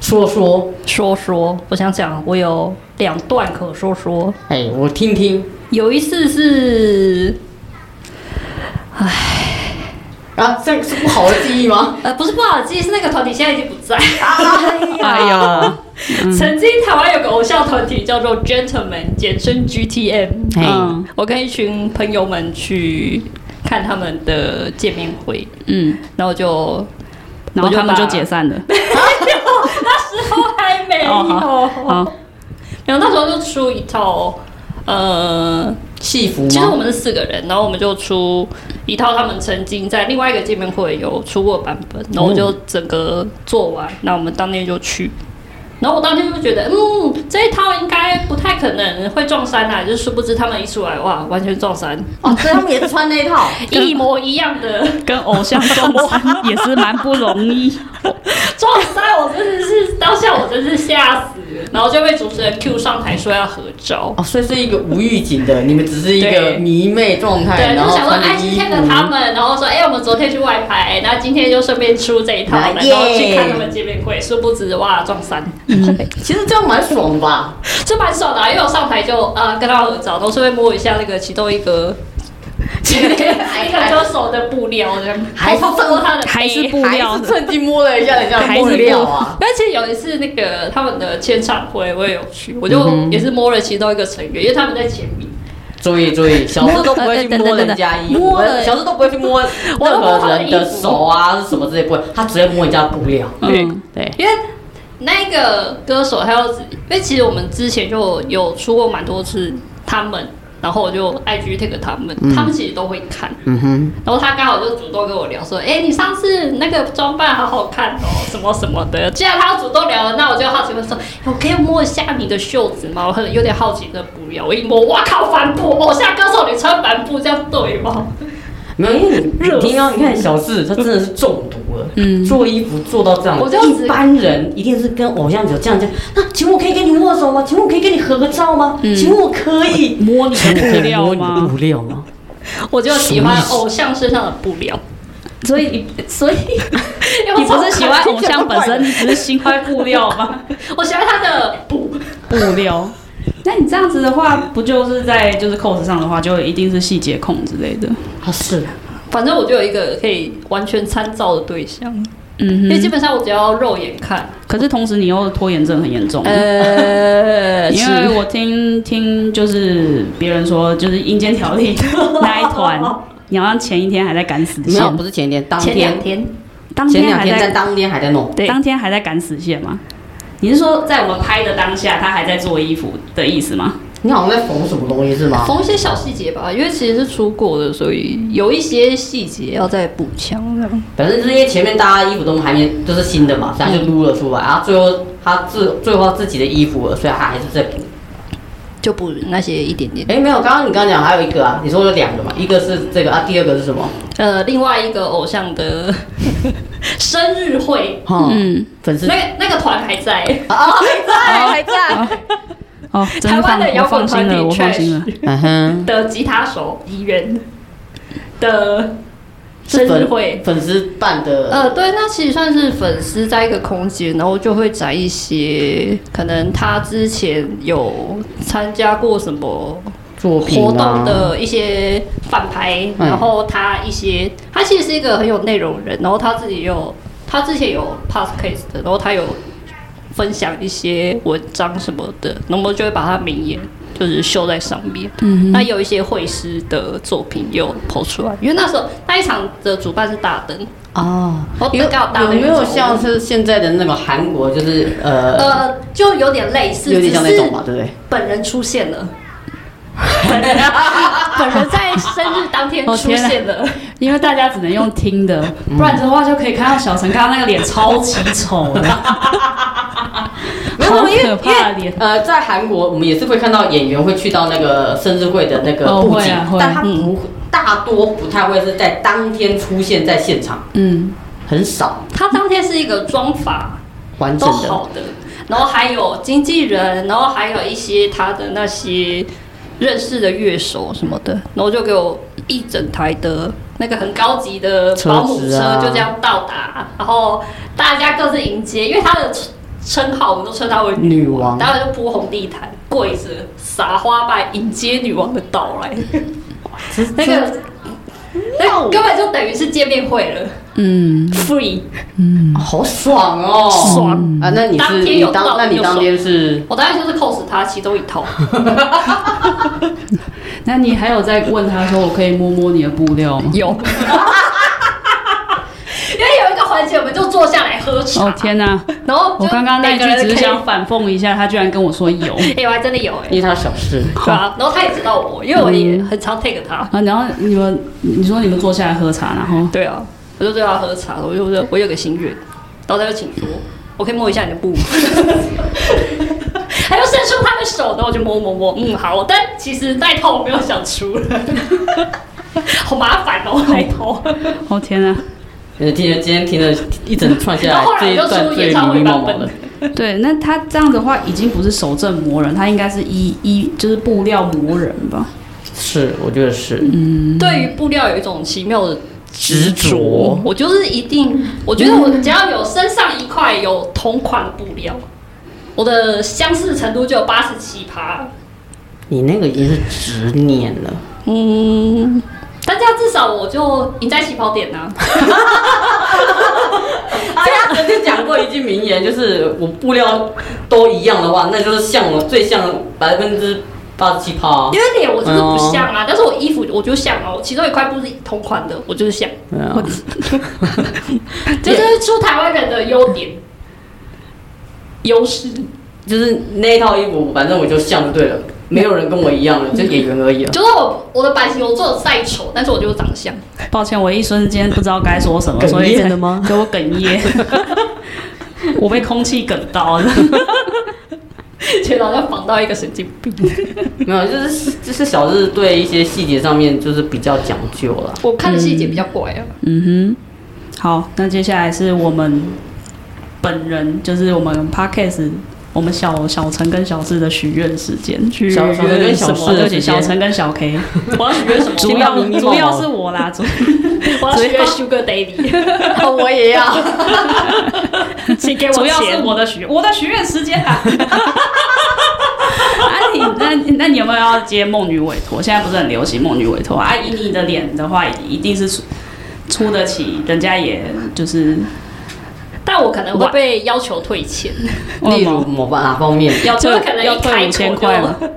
B: 说说，
C: 说说，我想想，我有两段可说说。
B: 哎，我听听
C: 有一次是
B: 啊，这是不好的记忆吗？
C: 呃，不是不好记，是那个团体现在已经不在。 嗯
A: 哼，哎呀，
C: 曾经台湾有个偶像团体叫做 Gentleman，简称 GTM。
B: 哎
A: 嗯
C: 我跟一群朋友们去看他们的见面会，
A: 嗯，
C: 然后就
A: 然后他们
C: 我就
A: 就
C: 把
A: 解散了。
C: 还没有，
A: 哦好
C: 然后那时候就出一套呃
B: 戏服
C: 其实我
B: 吗？
C: 们是四个人，然后我们就出一套他们曾经在另外一个见面会有出过版本，然后我就整个做完，那我们当天就去。然后我当天就觉得，嗯，这一套应该不太可能会撞衫啊，就是殊不知他们一出来，哇，完全撞衫，
B: 哦，对，他们也是穿那一套。
C: 一模一样的
A: 跟偶像撞衫也是蛮不容易。
C: 撞衫，我真的是当下我真是吓死了，然后就被主持人 Q 上台说要合照，
B: 哦，所以是一个无预警的，你们只是一个
C: 对
B: 迷妹状态，
C: 对，
B: 然
C: 就
B: 后
C: 想说
B: 穿着
C: 哎，今
B: 衣
C: 天的他
B: 服。
C: 们，然后说哎，我们昨天去外拍，然后今天就顺便出这一套，哎
B: 啊
C: 然后
B: 耶
C: 去看他们见面会，殊不知哇撞衫，
B: 其实这样蛮爽的吧？
C: 这蛮爽的啊，因为我上台就呃跟他合照，然后顺便摸一下那个其中一个。一个歌手的布料这样，
B: 还是
C: 然后摸他的背
A: 还是布
B: 还
A: 料
B: 是趁机摸了一下人家的布料啊？
C: 但其实有一次那个他们的签唱会我也有去，我就
B: 嗯哼
C: 也是摸了其中一个成员，因为他们在前面，
B: 注意注意，小时候都不会去 摸人家衣服
C: 摸，了
B: 小时候都不会去 摸任何人的手啊，是什么之类不会，他直接摸人家布料。
A: 嗯，
B: 对，
C: 因为那个歌手他要，因为其实我们之前就有出过蛮多次他们，然后我就 IG take 他们，他们其实都会看，
B: 嗯哼，
C: 然后他刚好就主动跟我聊说，哎、你上次那个装扮好好看哦，什么什么的。既然他要主动聊了，那我就好奇问说，哎我可以摸一下你的袖子吗？我很有点好奇的，不要，我一摸，哇靠，帆布，偶像歌手你穿帆布这样对吗？
B: 没有，因为你你听到你看小四，他真的是中毒了。嗯，做衣服做到这样，
C: 我就只
B: 一般人一定是跟偶像有这样讲。那请问我可以跟你握手吗？请问我可以跟你合个照吗？请问我可以
A: 摸你的布料
B: 摸你的
A: 吗？
B: 布料吗？
C: 我就喜欢偶像身上的布 料，
A: 所以你，所以
C: 你
A: 你不是喜 欢偶像本身，你嗯只是喜欢布料吗？
C: 我喜欢他的布，
A: 布料。那你这样子的话，不就是在就是 cos 上的话，就一定是细节控之类的。
B: 他是
C: 反正我就有一个可以完全参照的对象，因
A: 嗯
C: 为
A: 哼，
C: 基本上我只要肉眼看，
A: 可是同时你又拖延症很严重，
C: 呃
A: 因为我听听就是别人说，就是阴间条例那一 团，你好像前一天还在赶死
B: 没
A: 线
B: 有，，不是前天，当
C: 前
B: 天
C: 两，天
A: 当
B: 前
A: 天
B: 两
A: 还
B: 天
A: 在
B: 在当天还在弄。
C: 对
A: 当天还在赶死线吗？你是说在我们拍的当下，他还在做衣服的意思吗？
B: 你好像在缝什么东西是吗？
C: 缝一些小细节吧，因为其实是出过的，所以有一些细节要再补强。这样
B: 反正就是因为前面大家衣服都还没都是新的嘛，所以他就撸了出来，然后最后他自最后自己的衣服了，所以他还是在补。
C: 就补那些一点 点。
B: 哎，没有，刚刚你刚刚讲还有一个啊，你说有两个嘛，一个是这个啊，第二个是什么？
C: 呃，另外一个偶像的 生日会，
B: 哈，
A: 嗯，
B: 粉丝
C: 那个那个团还在，
B: 啊，还在还在，
A: 哦，真
C: 哎台湾
A: 放
C: 的
A: 我
C: 摇滚
A: 放心
C: 团
A: 了，我
C: 体
A: 放心了
C: Trash。
B: 嗯 哼，
C: 的吉他手怡人的生
B: 是
C: 日会
B: 粉。粉丝办的，
C: 呃，对，那其实算是粉丝在一个空间，然后就会展一些可能他之前有参加过什么
B: 作品啊
C: 活动的一些反拍，
B: 嗯
C: 然后他一些他其实是一个很有内容的人，然后他自己也有他之前有 podcast 的，然后他有分享一些文章什么的，然后我们就会把他名言就是绣在上面。
F: 嗯
C: 那有一些绘师的作品也有抛出来，因为那时候那一场的主办是大灯，
F: 哦，
C: 哦，
B: 有
C: 有大灯
B: 有没有
C: 那种
B: 像是现在的那个韩国，就是呃，
C: 呃，就有点类似，
B: 有点像那种
C: 只
B: 嘛，
C: 是
B: 对不对？
C: 本人出现了。本人 本人在生日当天
A: 哦
C: 出
A: 天啊
C: 现了，
A: 因为大家只能用听 的，
C: 嗯
A: 不然的话就可以看到小陈刚刚那个脸超级丑的，
B: 没有
A: 好
B: 没有因为
A: 可怕的脸。
B: 呃，在韩国，我们也是会看到演员会去到那个生日会的那个
A: 哦
B: 布
A: 会
B: 景，
A: 啊会
B: 但他
C: 嗯
B: 不、大多不太会是在当天出现在现场，
F: 嗯，
B: 很少
C: 他当天是一个妆法
B: 完
C: 都
B: 整的。
C: 好的，然后还有经纪人，然后还有一些他的那些认识的乐手什么的，然后就给我一整台的那个很高级的保姆
B: 车子啊
C: 车就这样到达，然后大家各自迎接，因为他的称号我们都称他为
B: 女王
C: 大家就铺红地毯，跪着撒花瓣迎接女王的 到来，那个。
B: 啊
C: 那根本就等于是见面会了
F: 嗯，
C: ，free。
B: 好爽哦！
C: 爽
B: 啊！那你
C: 当
B: 是
C: 天
B: 你
C: 有
B: 当
C: 到
B: 那你
C: 就
B: 当
C: 爽
B: 天是
C: 我当然就是 cos 他其中一套，
A: 那你还有在问他说我可以摸摸你的布料吗？
C: 有， 因为有一个环节，我们就坐下来喝茶。
A: 哦天哪！
C: 然后 就
A: 我刚刚那
C: 每
A: 一
C: 个
A: 句
C: 人
A: 只是
C: 可以
A: 想，反讽一下，他居然跟我说有。
C: 哎、我还真的有哎、
B: 因为他小事，
C: 对啊，然后他也知道我，因为我也很常 take 他。
A: 啊， 然后你们，你说你们坐下来喝茶，然后
C: 对啊，我就对他喝茶，我就说我有个心愿，然后他就请说，我可以摸一下你的布吗， 他就伸出他的手，然后我就摸摸摸，嗯好，但其实那一套我没有想出 来，好麻烦哦那一套。
A: 哦天啊，
B: 呃，今天今天听了一整串下
C: 然
B: 来
C: 后后，
B: 这
C: 来
B: 一
C: 就
B: 段
C: 出
B: 最
C: 演
B: 迷
C: 唱会
B: 迷
C: 版
B: 茫茫
C: 本
B: 的。，
A: 对，那他这样的话已经不是手正磨人，他应该是衣衣就是布料磨人吧？
B: 是，我觉得是。
C: 嗯
A: 嗯
C: 对于布料有一种奇妙的
B: 执着
C: 我就是一定，我觉
A: 嗯
C: 得我只要有身上一块有同款的布料，我的相似程度就有八十七趴。
B: 你那个已经是执念了，
C: 嗯，但这样至少我就赢在起跑点呐、啊。
B: 哎呀，曾经讲过一句名言，就是我布料都一样的话，那就是像我最像百分之八十七
A: 哦
B: 趴
C: 因。为脸我就是不像啊，但是我衣服我就像啊，我其中一块布是同款的，我就 是像，
B: 对啊
C: 这就是出台湾人的优点、优势。
A: 嗯
B: 就是那一套衣服，反正我就像就对了，没有人跟我一样了，就演员而已了。啊
C: 就是我我的版型我做的再丑，但是我就是长相。
A: 抱歉，我一瞬间不知道该说什么，所
B: 哽
A: 以
B: 咽
A: 才
B: 了吗
A: 给我哽咽， 我被空气哽到了。
C: 觉得好像仿到一个神经病。
B: 没有，就是就是小日对一些细节上面就是比较讲究了。
C: 我看的细节比较怪啊，
A: 嗯哼，好，那接下来是我们本人，就是我们 podcast，我们小小陈跟小智的许愿时间，许
B: 小小陈跟小
A: 什
B: 智
A: 么？
B: 的
A: 对不
B: 时
A: 起，
B: 间
A: 小陈跟小 K，
C: 我要学什么？
A: 主
B: 听到
A: 要
B: 迷迷
A: 主
B: 惘
A: 要
B: 惘
A: 是我啦，主
C: 我 要学 Sugar Daddy，
B: 我也要，
C: 请给我
A: 主要是
C: 钱。
A: 我的许我的许愿时间啊。 啊你那那你有没有要接梦女委托？现在不是很流行梦女委托啊？以你的脸的话，一定是出出得起，人家也就是
C: 但我可能会被要求退钱，
A: 哦
B: 例如某哪方面？
C: 要
A: 退
C: 我可能
A: 要
C: 一
A: 退
C: 开
A: 5000
C: 口
A: 块吗
C: 就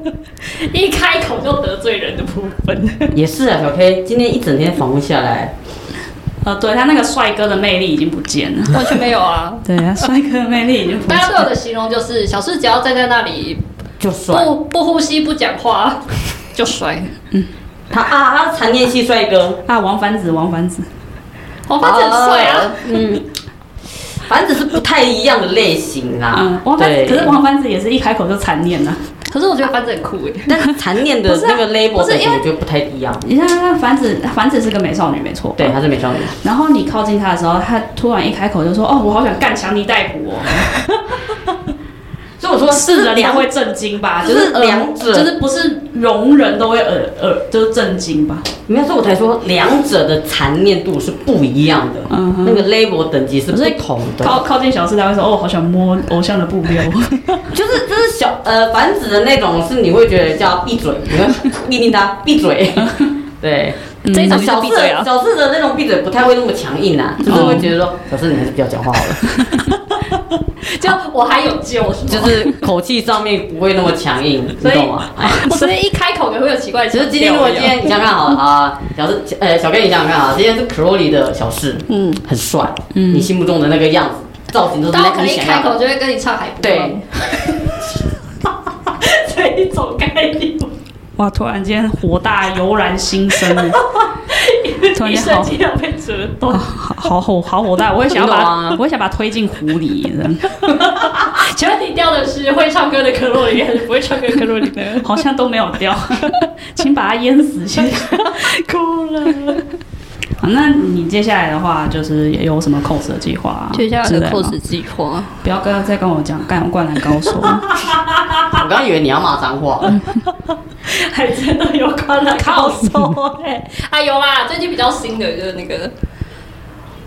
C: 一开口就得罪人的部分。
B: 也是啊，小 K 今天一整天访问下来，
A: 呃，对他那个帅哥的魅力已经不见了。
C: 完全没有啊！
A: 对啊，帅哥的魅力已经不
C: 大
A: 见
C: 家对我
A: 了。
C: 的形容就是，小四只要站在那里
B: 就帅。
A: 哦
C: 不不呼吸不讲话就摔。
B: 他啊，他是残念系帅哥，
A: 啊，王凡子，王凡子，
C: 王凡很帅啊，，
B: 嗯，反正只是不太一样的类型啦。
A: 嗯，王凡子，
B: 对
A: 可是王凡子也是一开口就残念了。
C: 可是我觉得凡子很酷欸诶。
B: 但是残念的
A: 不是啊
B: 那个 label
A: 不是
B: 等级
A: 因为
B: 我觉得不太一样。
A: 你看那凡子，凡子是个美少女，没错。
B: 对，。她是美少女，
A: 然后你靠近他的时候，他突然一开口就说：“哦，我好想干强尼戴普哦。
B: 所以我说”
A: 是人
B: 两
A: 都会震惊 吧？
B: 这
A: 就是是呃
B: 两者
A: 就是不是容人都会耳耳就是震惊吧？
B: 没有，所以我才说两者的残念度是不一样的，
A: 嗯哼
B: 那个 label 等级是不同的。
A: 靠靠近小四，他会说：“哦，好想摸偶像的哦布料。
B: 就是就是小呃繁殖的那种，是你会觉得叫闭嘴，你会 命令他闭嘴。对，
C: 这一种就
B: 小
C: 闭
B: 四
C: 嘴啊！
B: 小四的那种闭嘴不太会那么强硬啊，就是会觉得说小四你还是不要讲话好了。
D: 就我还有救，是吗
B: 就是口气上面不会那么强硬，你
D: 所以
B: 懂吗？哎
D: 我只是一开口也会有奇怪的
B: 其
D: 腔
B: 实
D: 调。
B: 今天如果
D: 有
B: 今
D: 没有
B: 天你想想看 好了啊，小是呃小贝你想想看啊，今天是 c r o l y 的小事，
D: 嗯，
B: 很帅，你心目中的那个样子造型都是
D: 但我可
B: 那
D: 能
B: 你
D: 一
B: 想
D: 开
B: 要
D: 口
B: 的，
D: 就会跟你唱海波浪
B: 对，
C: 这一种概念，
A: 哇，突然间火大，油然心 生了，突然
C: 一
A: 间好
C: 瞬间要被折断。
A: 好火好火大，我也想要把它，我也想把它推进湖里，这样
C: 请问你钓的是会唱歌的可洛里，还是不会唱歌的可洛里呢？
A: 好像都没有掉，请把它淹死先。
C: 哭了。
A: 好，那你接下来的话就是有什么 cos 的计划、啊？
D: 接下来
A: 之类吗
D: 的 cos 计划，
A: 不要跟再跟我讲干灌篮高手，
B: 我刚刚以为你要骂脏话，
C: 还真的有灌篮高手哎、
D: 啊有啦，最近比较新的就是那个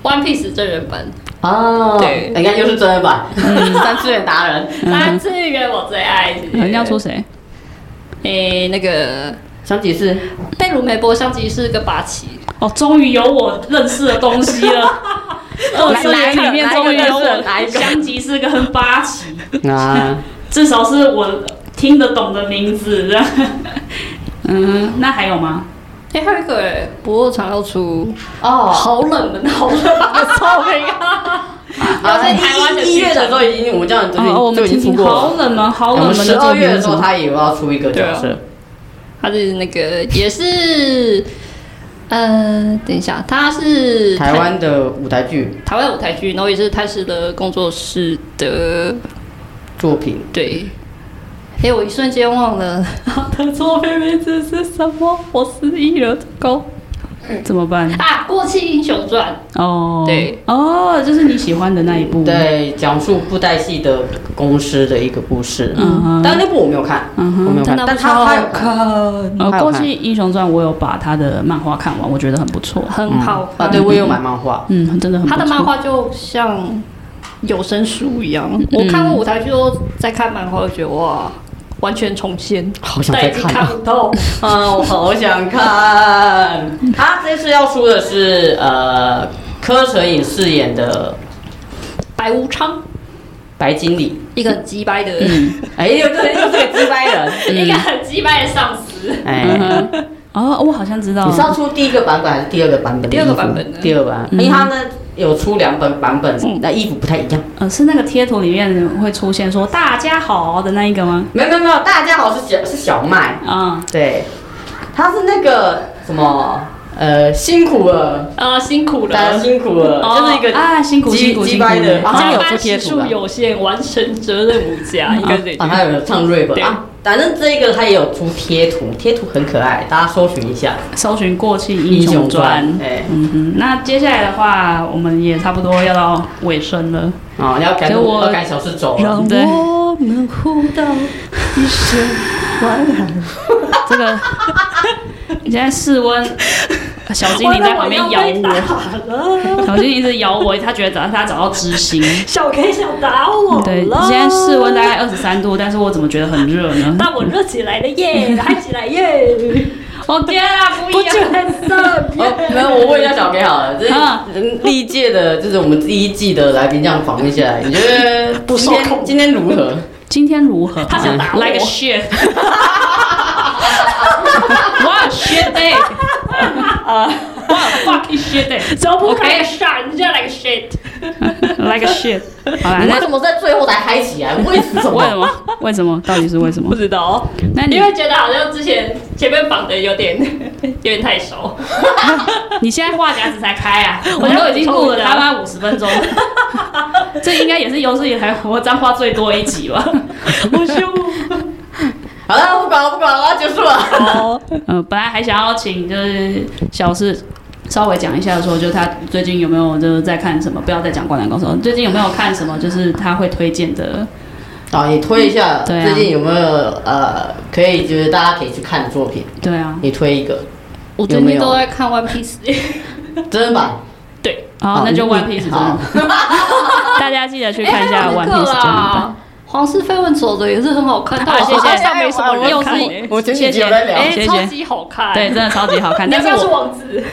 D: One Piece 真人版，
B: 哦，
D: 对
B: 你看又是真人版，嗯 三次元达人，
D: 三次元我最爱。
A: 人家嗯说谁？
D: 诶、那个
B: 想解释，
D: 贝鲁梅波相机是个八旗，
A: 哦，终于有我认识的东西了。二次元里面终于有我，香吉是个很八旗，
B: 啊，
A: 至少是我听得懂的名字。这样嗯，那还有吗？
D: 诶、还有一个诶、不过常要出，
B: 哦，
D: 好冷门，好冷门的作品啊！
B: 然后在
D: 台湾的
B: 一一月
D: 市场
B: 的时候啊已经，我们这样
A: 哦，我
B: 就
A: 们
B: 已经
A: 听听，
B: 出过
A: 好
B: 了。
A: 冷门，好
B: 哦我
A: 冷
B: 们
A: 门
B: 十
A: 的
B: 二
A: 作品
B: 月
A: 是
B: 的时
A: 什
B: 候，啊
A: 么？
B: 他也要出一个角色，
D: 它是那个也是，呃，等一下，它是
B: 台湾的舞台剧
D: 台湾舞台剧，然后也是泰式的工作室的，
B: 作品，
D: 对。哎、我一瞬间忘了 他的作品名字是什么，我失忆了，糟糕
A: 怎么办？
D: 啊！《过气英雄传
A: 哦，
D: 对，
A: 哦，就是你喜欢的那一
B: 嗯
A: 部。，
B: 对，讲述布袋戏的公司的一个故事。
A: 嗯哼
B: 但那部我没有看，
A: 嗯哼
B: 我没有看，
D: 但那
B: 但
D: 部超
B: 他
D: 好
B: 他看
A: 呃，《过去英雄传》我有把他的漫画看完，我觉得很不 错》，。
D: 很好看。
B: 啊，对我也有买漫画，
A: 嗯，真的很不
D: 嗯他
A: 错。
D: 的漫画就像有声书一样，我看过舞台剧后再看漫画，就觉得哇，完全重现，
B: 好想
D: 但
B: 再
D: 已经
B: 看
D: 看
B: 啊！
D: 不到。
B: 啊，我好想看。他这次要出的是呃，柯晨颖饰演的
D: 白无常，
B: 白经理，
D: 一个很鸡掰的，
B: 哎，又这又是个鸡掰人，
D: 一 个很鸡掰的上司。
A: 嗯
B: 哎。
A: 哼，哦，我好像知道
B: 你是。要出第一个版本还是第二个版本的衣服？
D: 第二个版本的
B: 第二版，因为他呢有出两本版本，那衣服不太一样。
A: 呃，是那个贴图里面会出现说“大家好”的那一个吗？
B: 没有没有没有，大家好是小是小麦，
A: 啊、
B: 对，他是那个什么呃辛苦了，
D: 啊，辛苦
B: 大家
D: 了。
B: 辛苦了，
A: 哦
B: 就是一个
A: 啊辛苦
B: 鸡
A: 辛苦嗯
B: 鸡
A: 辛苦
B: 掰的，
A: 加
B: 啊，他
D: 加
B: 有
D: 班
B: 出贴
D: 时
B: 图
D: 数
B: 啦
D: 有限，完成责任无
A: 嗯
D: 加，应该这
B: 啊，
D: 句。
B: 他有唱 rap 啊，反正这个他也有出贴图，贴图很可爱，大家搜寻一下
A: 搜寻过气英雄传。
B: 哎，
A: 嗯哼，那接下来的话，我们也差不多要到尾声了。
B: 啊，要赶
A: 给我
B: 要赶小事走啊了，
D: 嗯
A: 对，
D: 我们互道一声晚安。
A: 这个 你现在室温，小精灵在旁边咬我，小精灵一直咬我，他觉得找他找到知心。
C: 小 K 想打我了，
A: 对，现在室温大概二十三度，但是我怎么觉得很热呢？
C: 但我热起来 了耶，嗨起来耶，
A: 哦天啊，不
C: 我
A: 一样
C: 就。在这
B: 哦
C: 边。
B: 没有，我问一下小 K 好了，这
A: 啊
B: 是历届的，就是我们第一季的来宾这样访问下来，你觉得
C: 不受
B: 今天
C: 控
B: 今天如何？
A: 今天如何？他
C: 想打我
A: like a shit。哇 shit day，哇 fucking shit day，
C: 走不开闪，你就来个 shit。
A: like a shit。好啦，
B: 你
A: 那
B: 为什么在最后才嗨起来？为什
A: 为什
B: 么？
A: 么？为什么？到底是为什么？
C: 知道，
A: 那你
D: 因为觉得好像之前前面绑的有点 有点太熟，
A: 你现在话匣子才开啊？我
D: 都
A: 都
D: 已
A: 已
D: 经
A: 经
D: 录
A: 录
D: 了
A: 了
D: 他
A: 他妈五十分钟，这应该也是有史以来我脏话最多一集吧。
C: 我羞。
B: 好了，不管了，不管了，我啊要结束了。
A: 嗯，本来还想要请就是小四稍微讲一下说，就是他最近有没有就是在看什么？不要再讲《灌篮高手》，最近有没有看什么？就是他会推荐的
B: 啊，你推一下，
A: 对啊
B: 最近有没有呃，可以就是大家可以去看的作品？
A: 对啊，
B: 你推一个
D: 我
B: 有
D: 最
B: 没
D: 近
B: 有
D: 都在看 One
C: 哎
D: Piece，
B: 真人版。
D: 对，
A: 好，那就《
B: 你
A: One Piece》真
B: 好
A: 的，大家记得去看一
D: 哎
A: 下《
D: 还有
A: One
D: 那个
A: Piece》真的
C: 啊
A: 版
D: 啦。皇室绯闻走的也是很好看，但我
A: 谢谢
D: 好像没什么人看
A: 又
D: 哎
A: 是
B: 我前几
A: 谢
B: 集
A: 谢
B: 有在聊，
D: 哎、
A: 谢谢
D: 超级好看，
A: 对，真的超级好看。
D: 你要
A: 但
D: 不
A: 是
D: 要是
A: 我
D: 王子？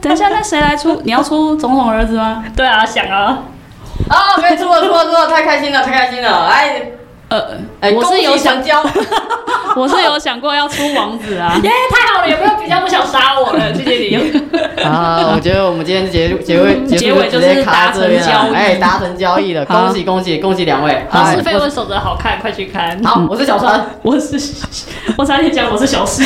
A: 等一下，那谁来出？你要出总统儿子吗？
D: 对啊，想啊，
B: 啊，没出了，出了，出了，太开心了，太开心了！哎
A: 呃，
B: 哎，
A: 我是有
B: 想
A: 想，
B: 交，
A: 我是有想过要出王子啊。
C: 耶，太好了，有没有比较不想杀我 了？谢谢你。
B: 啊，我觉得我们今天结束结尾
A: 结束就结尾就是直接卡在这边了达成交易哎
B: 达成交易了，
A: 好恭喜
B: 恭喜恭喜两位！哎
D: 老师绯闻守则好看，快去看。
B: 好，我是小川。
A: 我是，我差点讲我是小诗，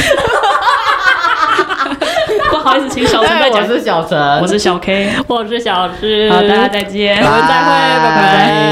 A: 不好意思，请小陈跟我
B: 哎我
A: 讲，
B: 是小陈，
A: 我是小 K，
D: 我是小诗，
A: 好，大家再见，
B: 拜
D: 拜
B: 拜
D: 拜。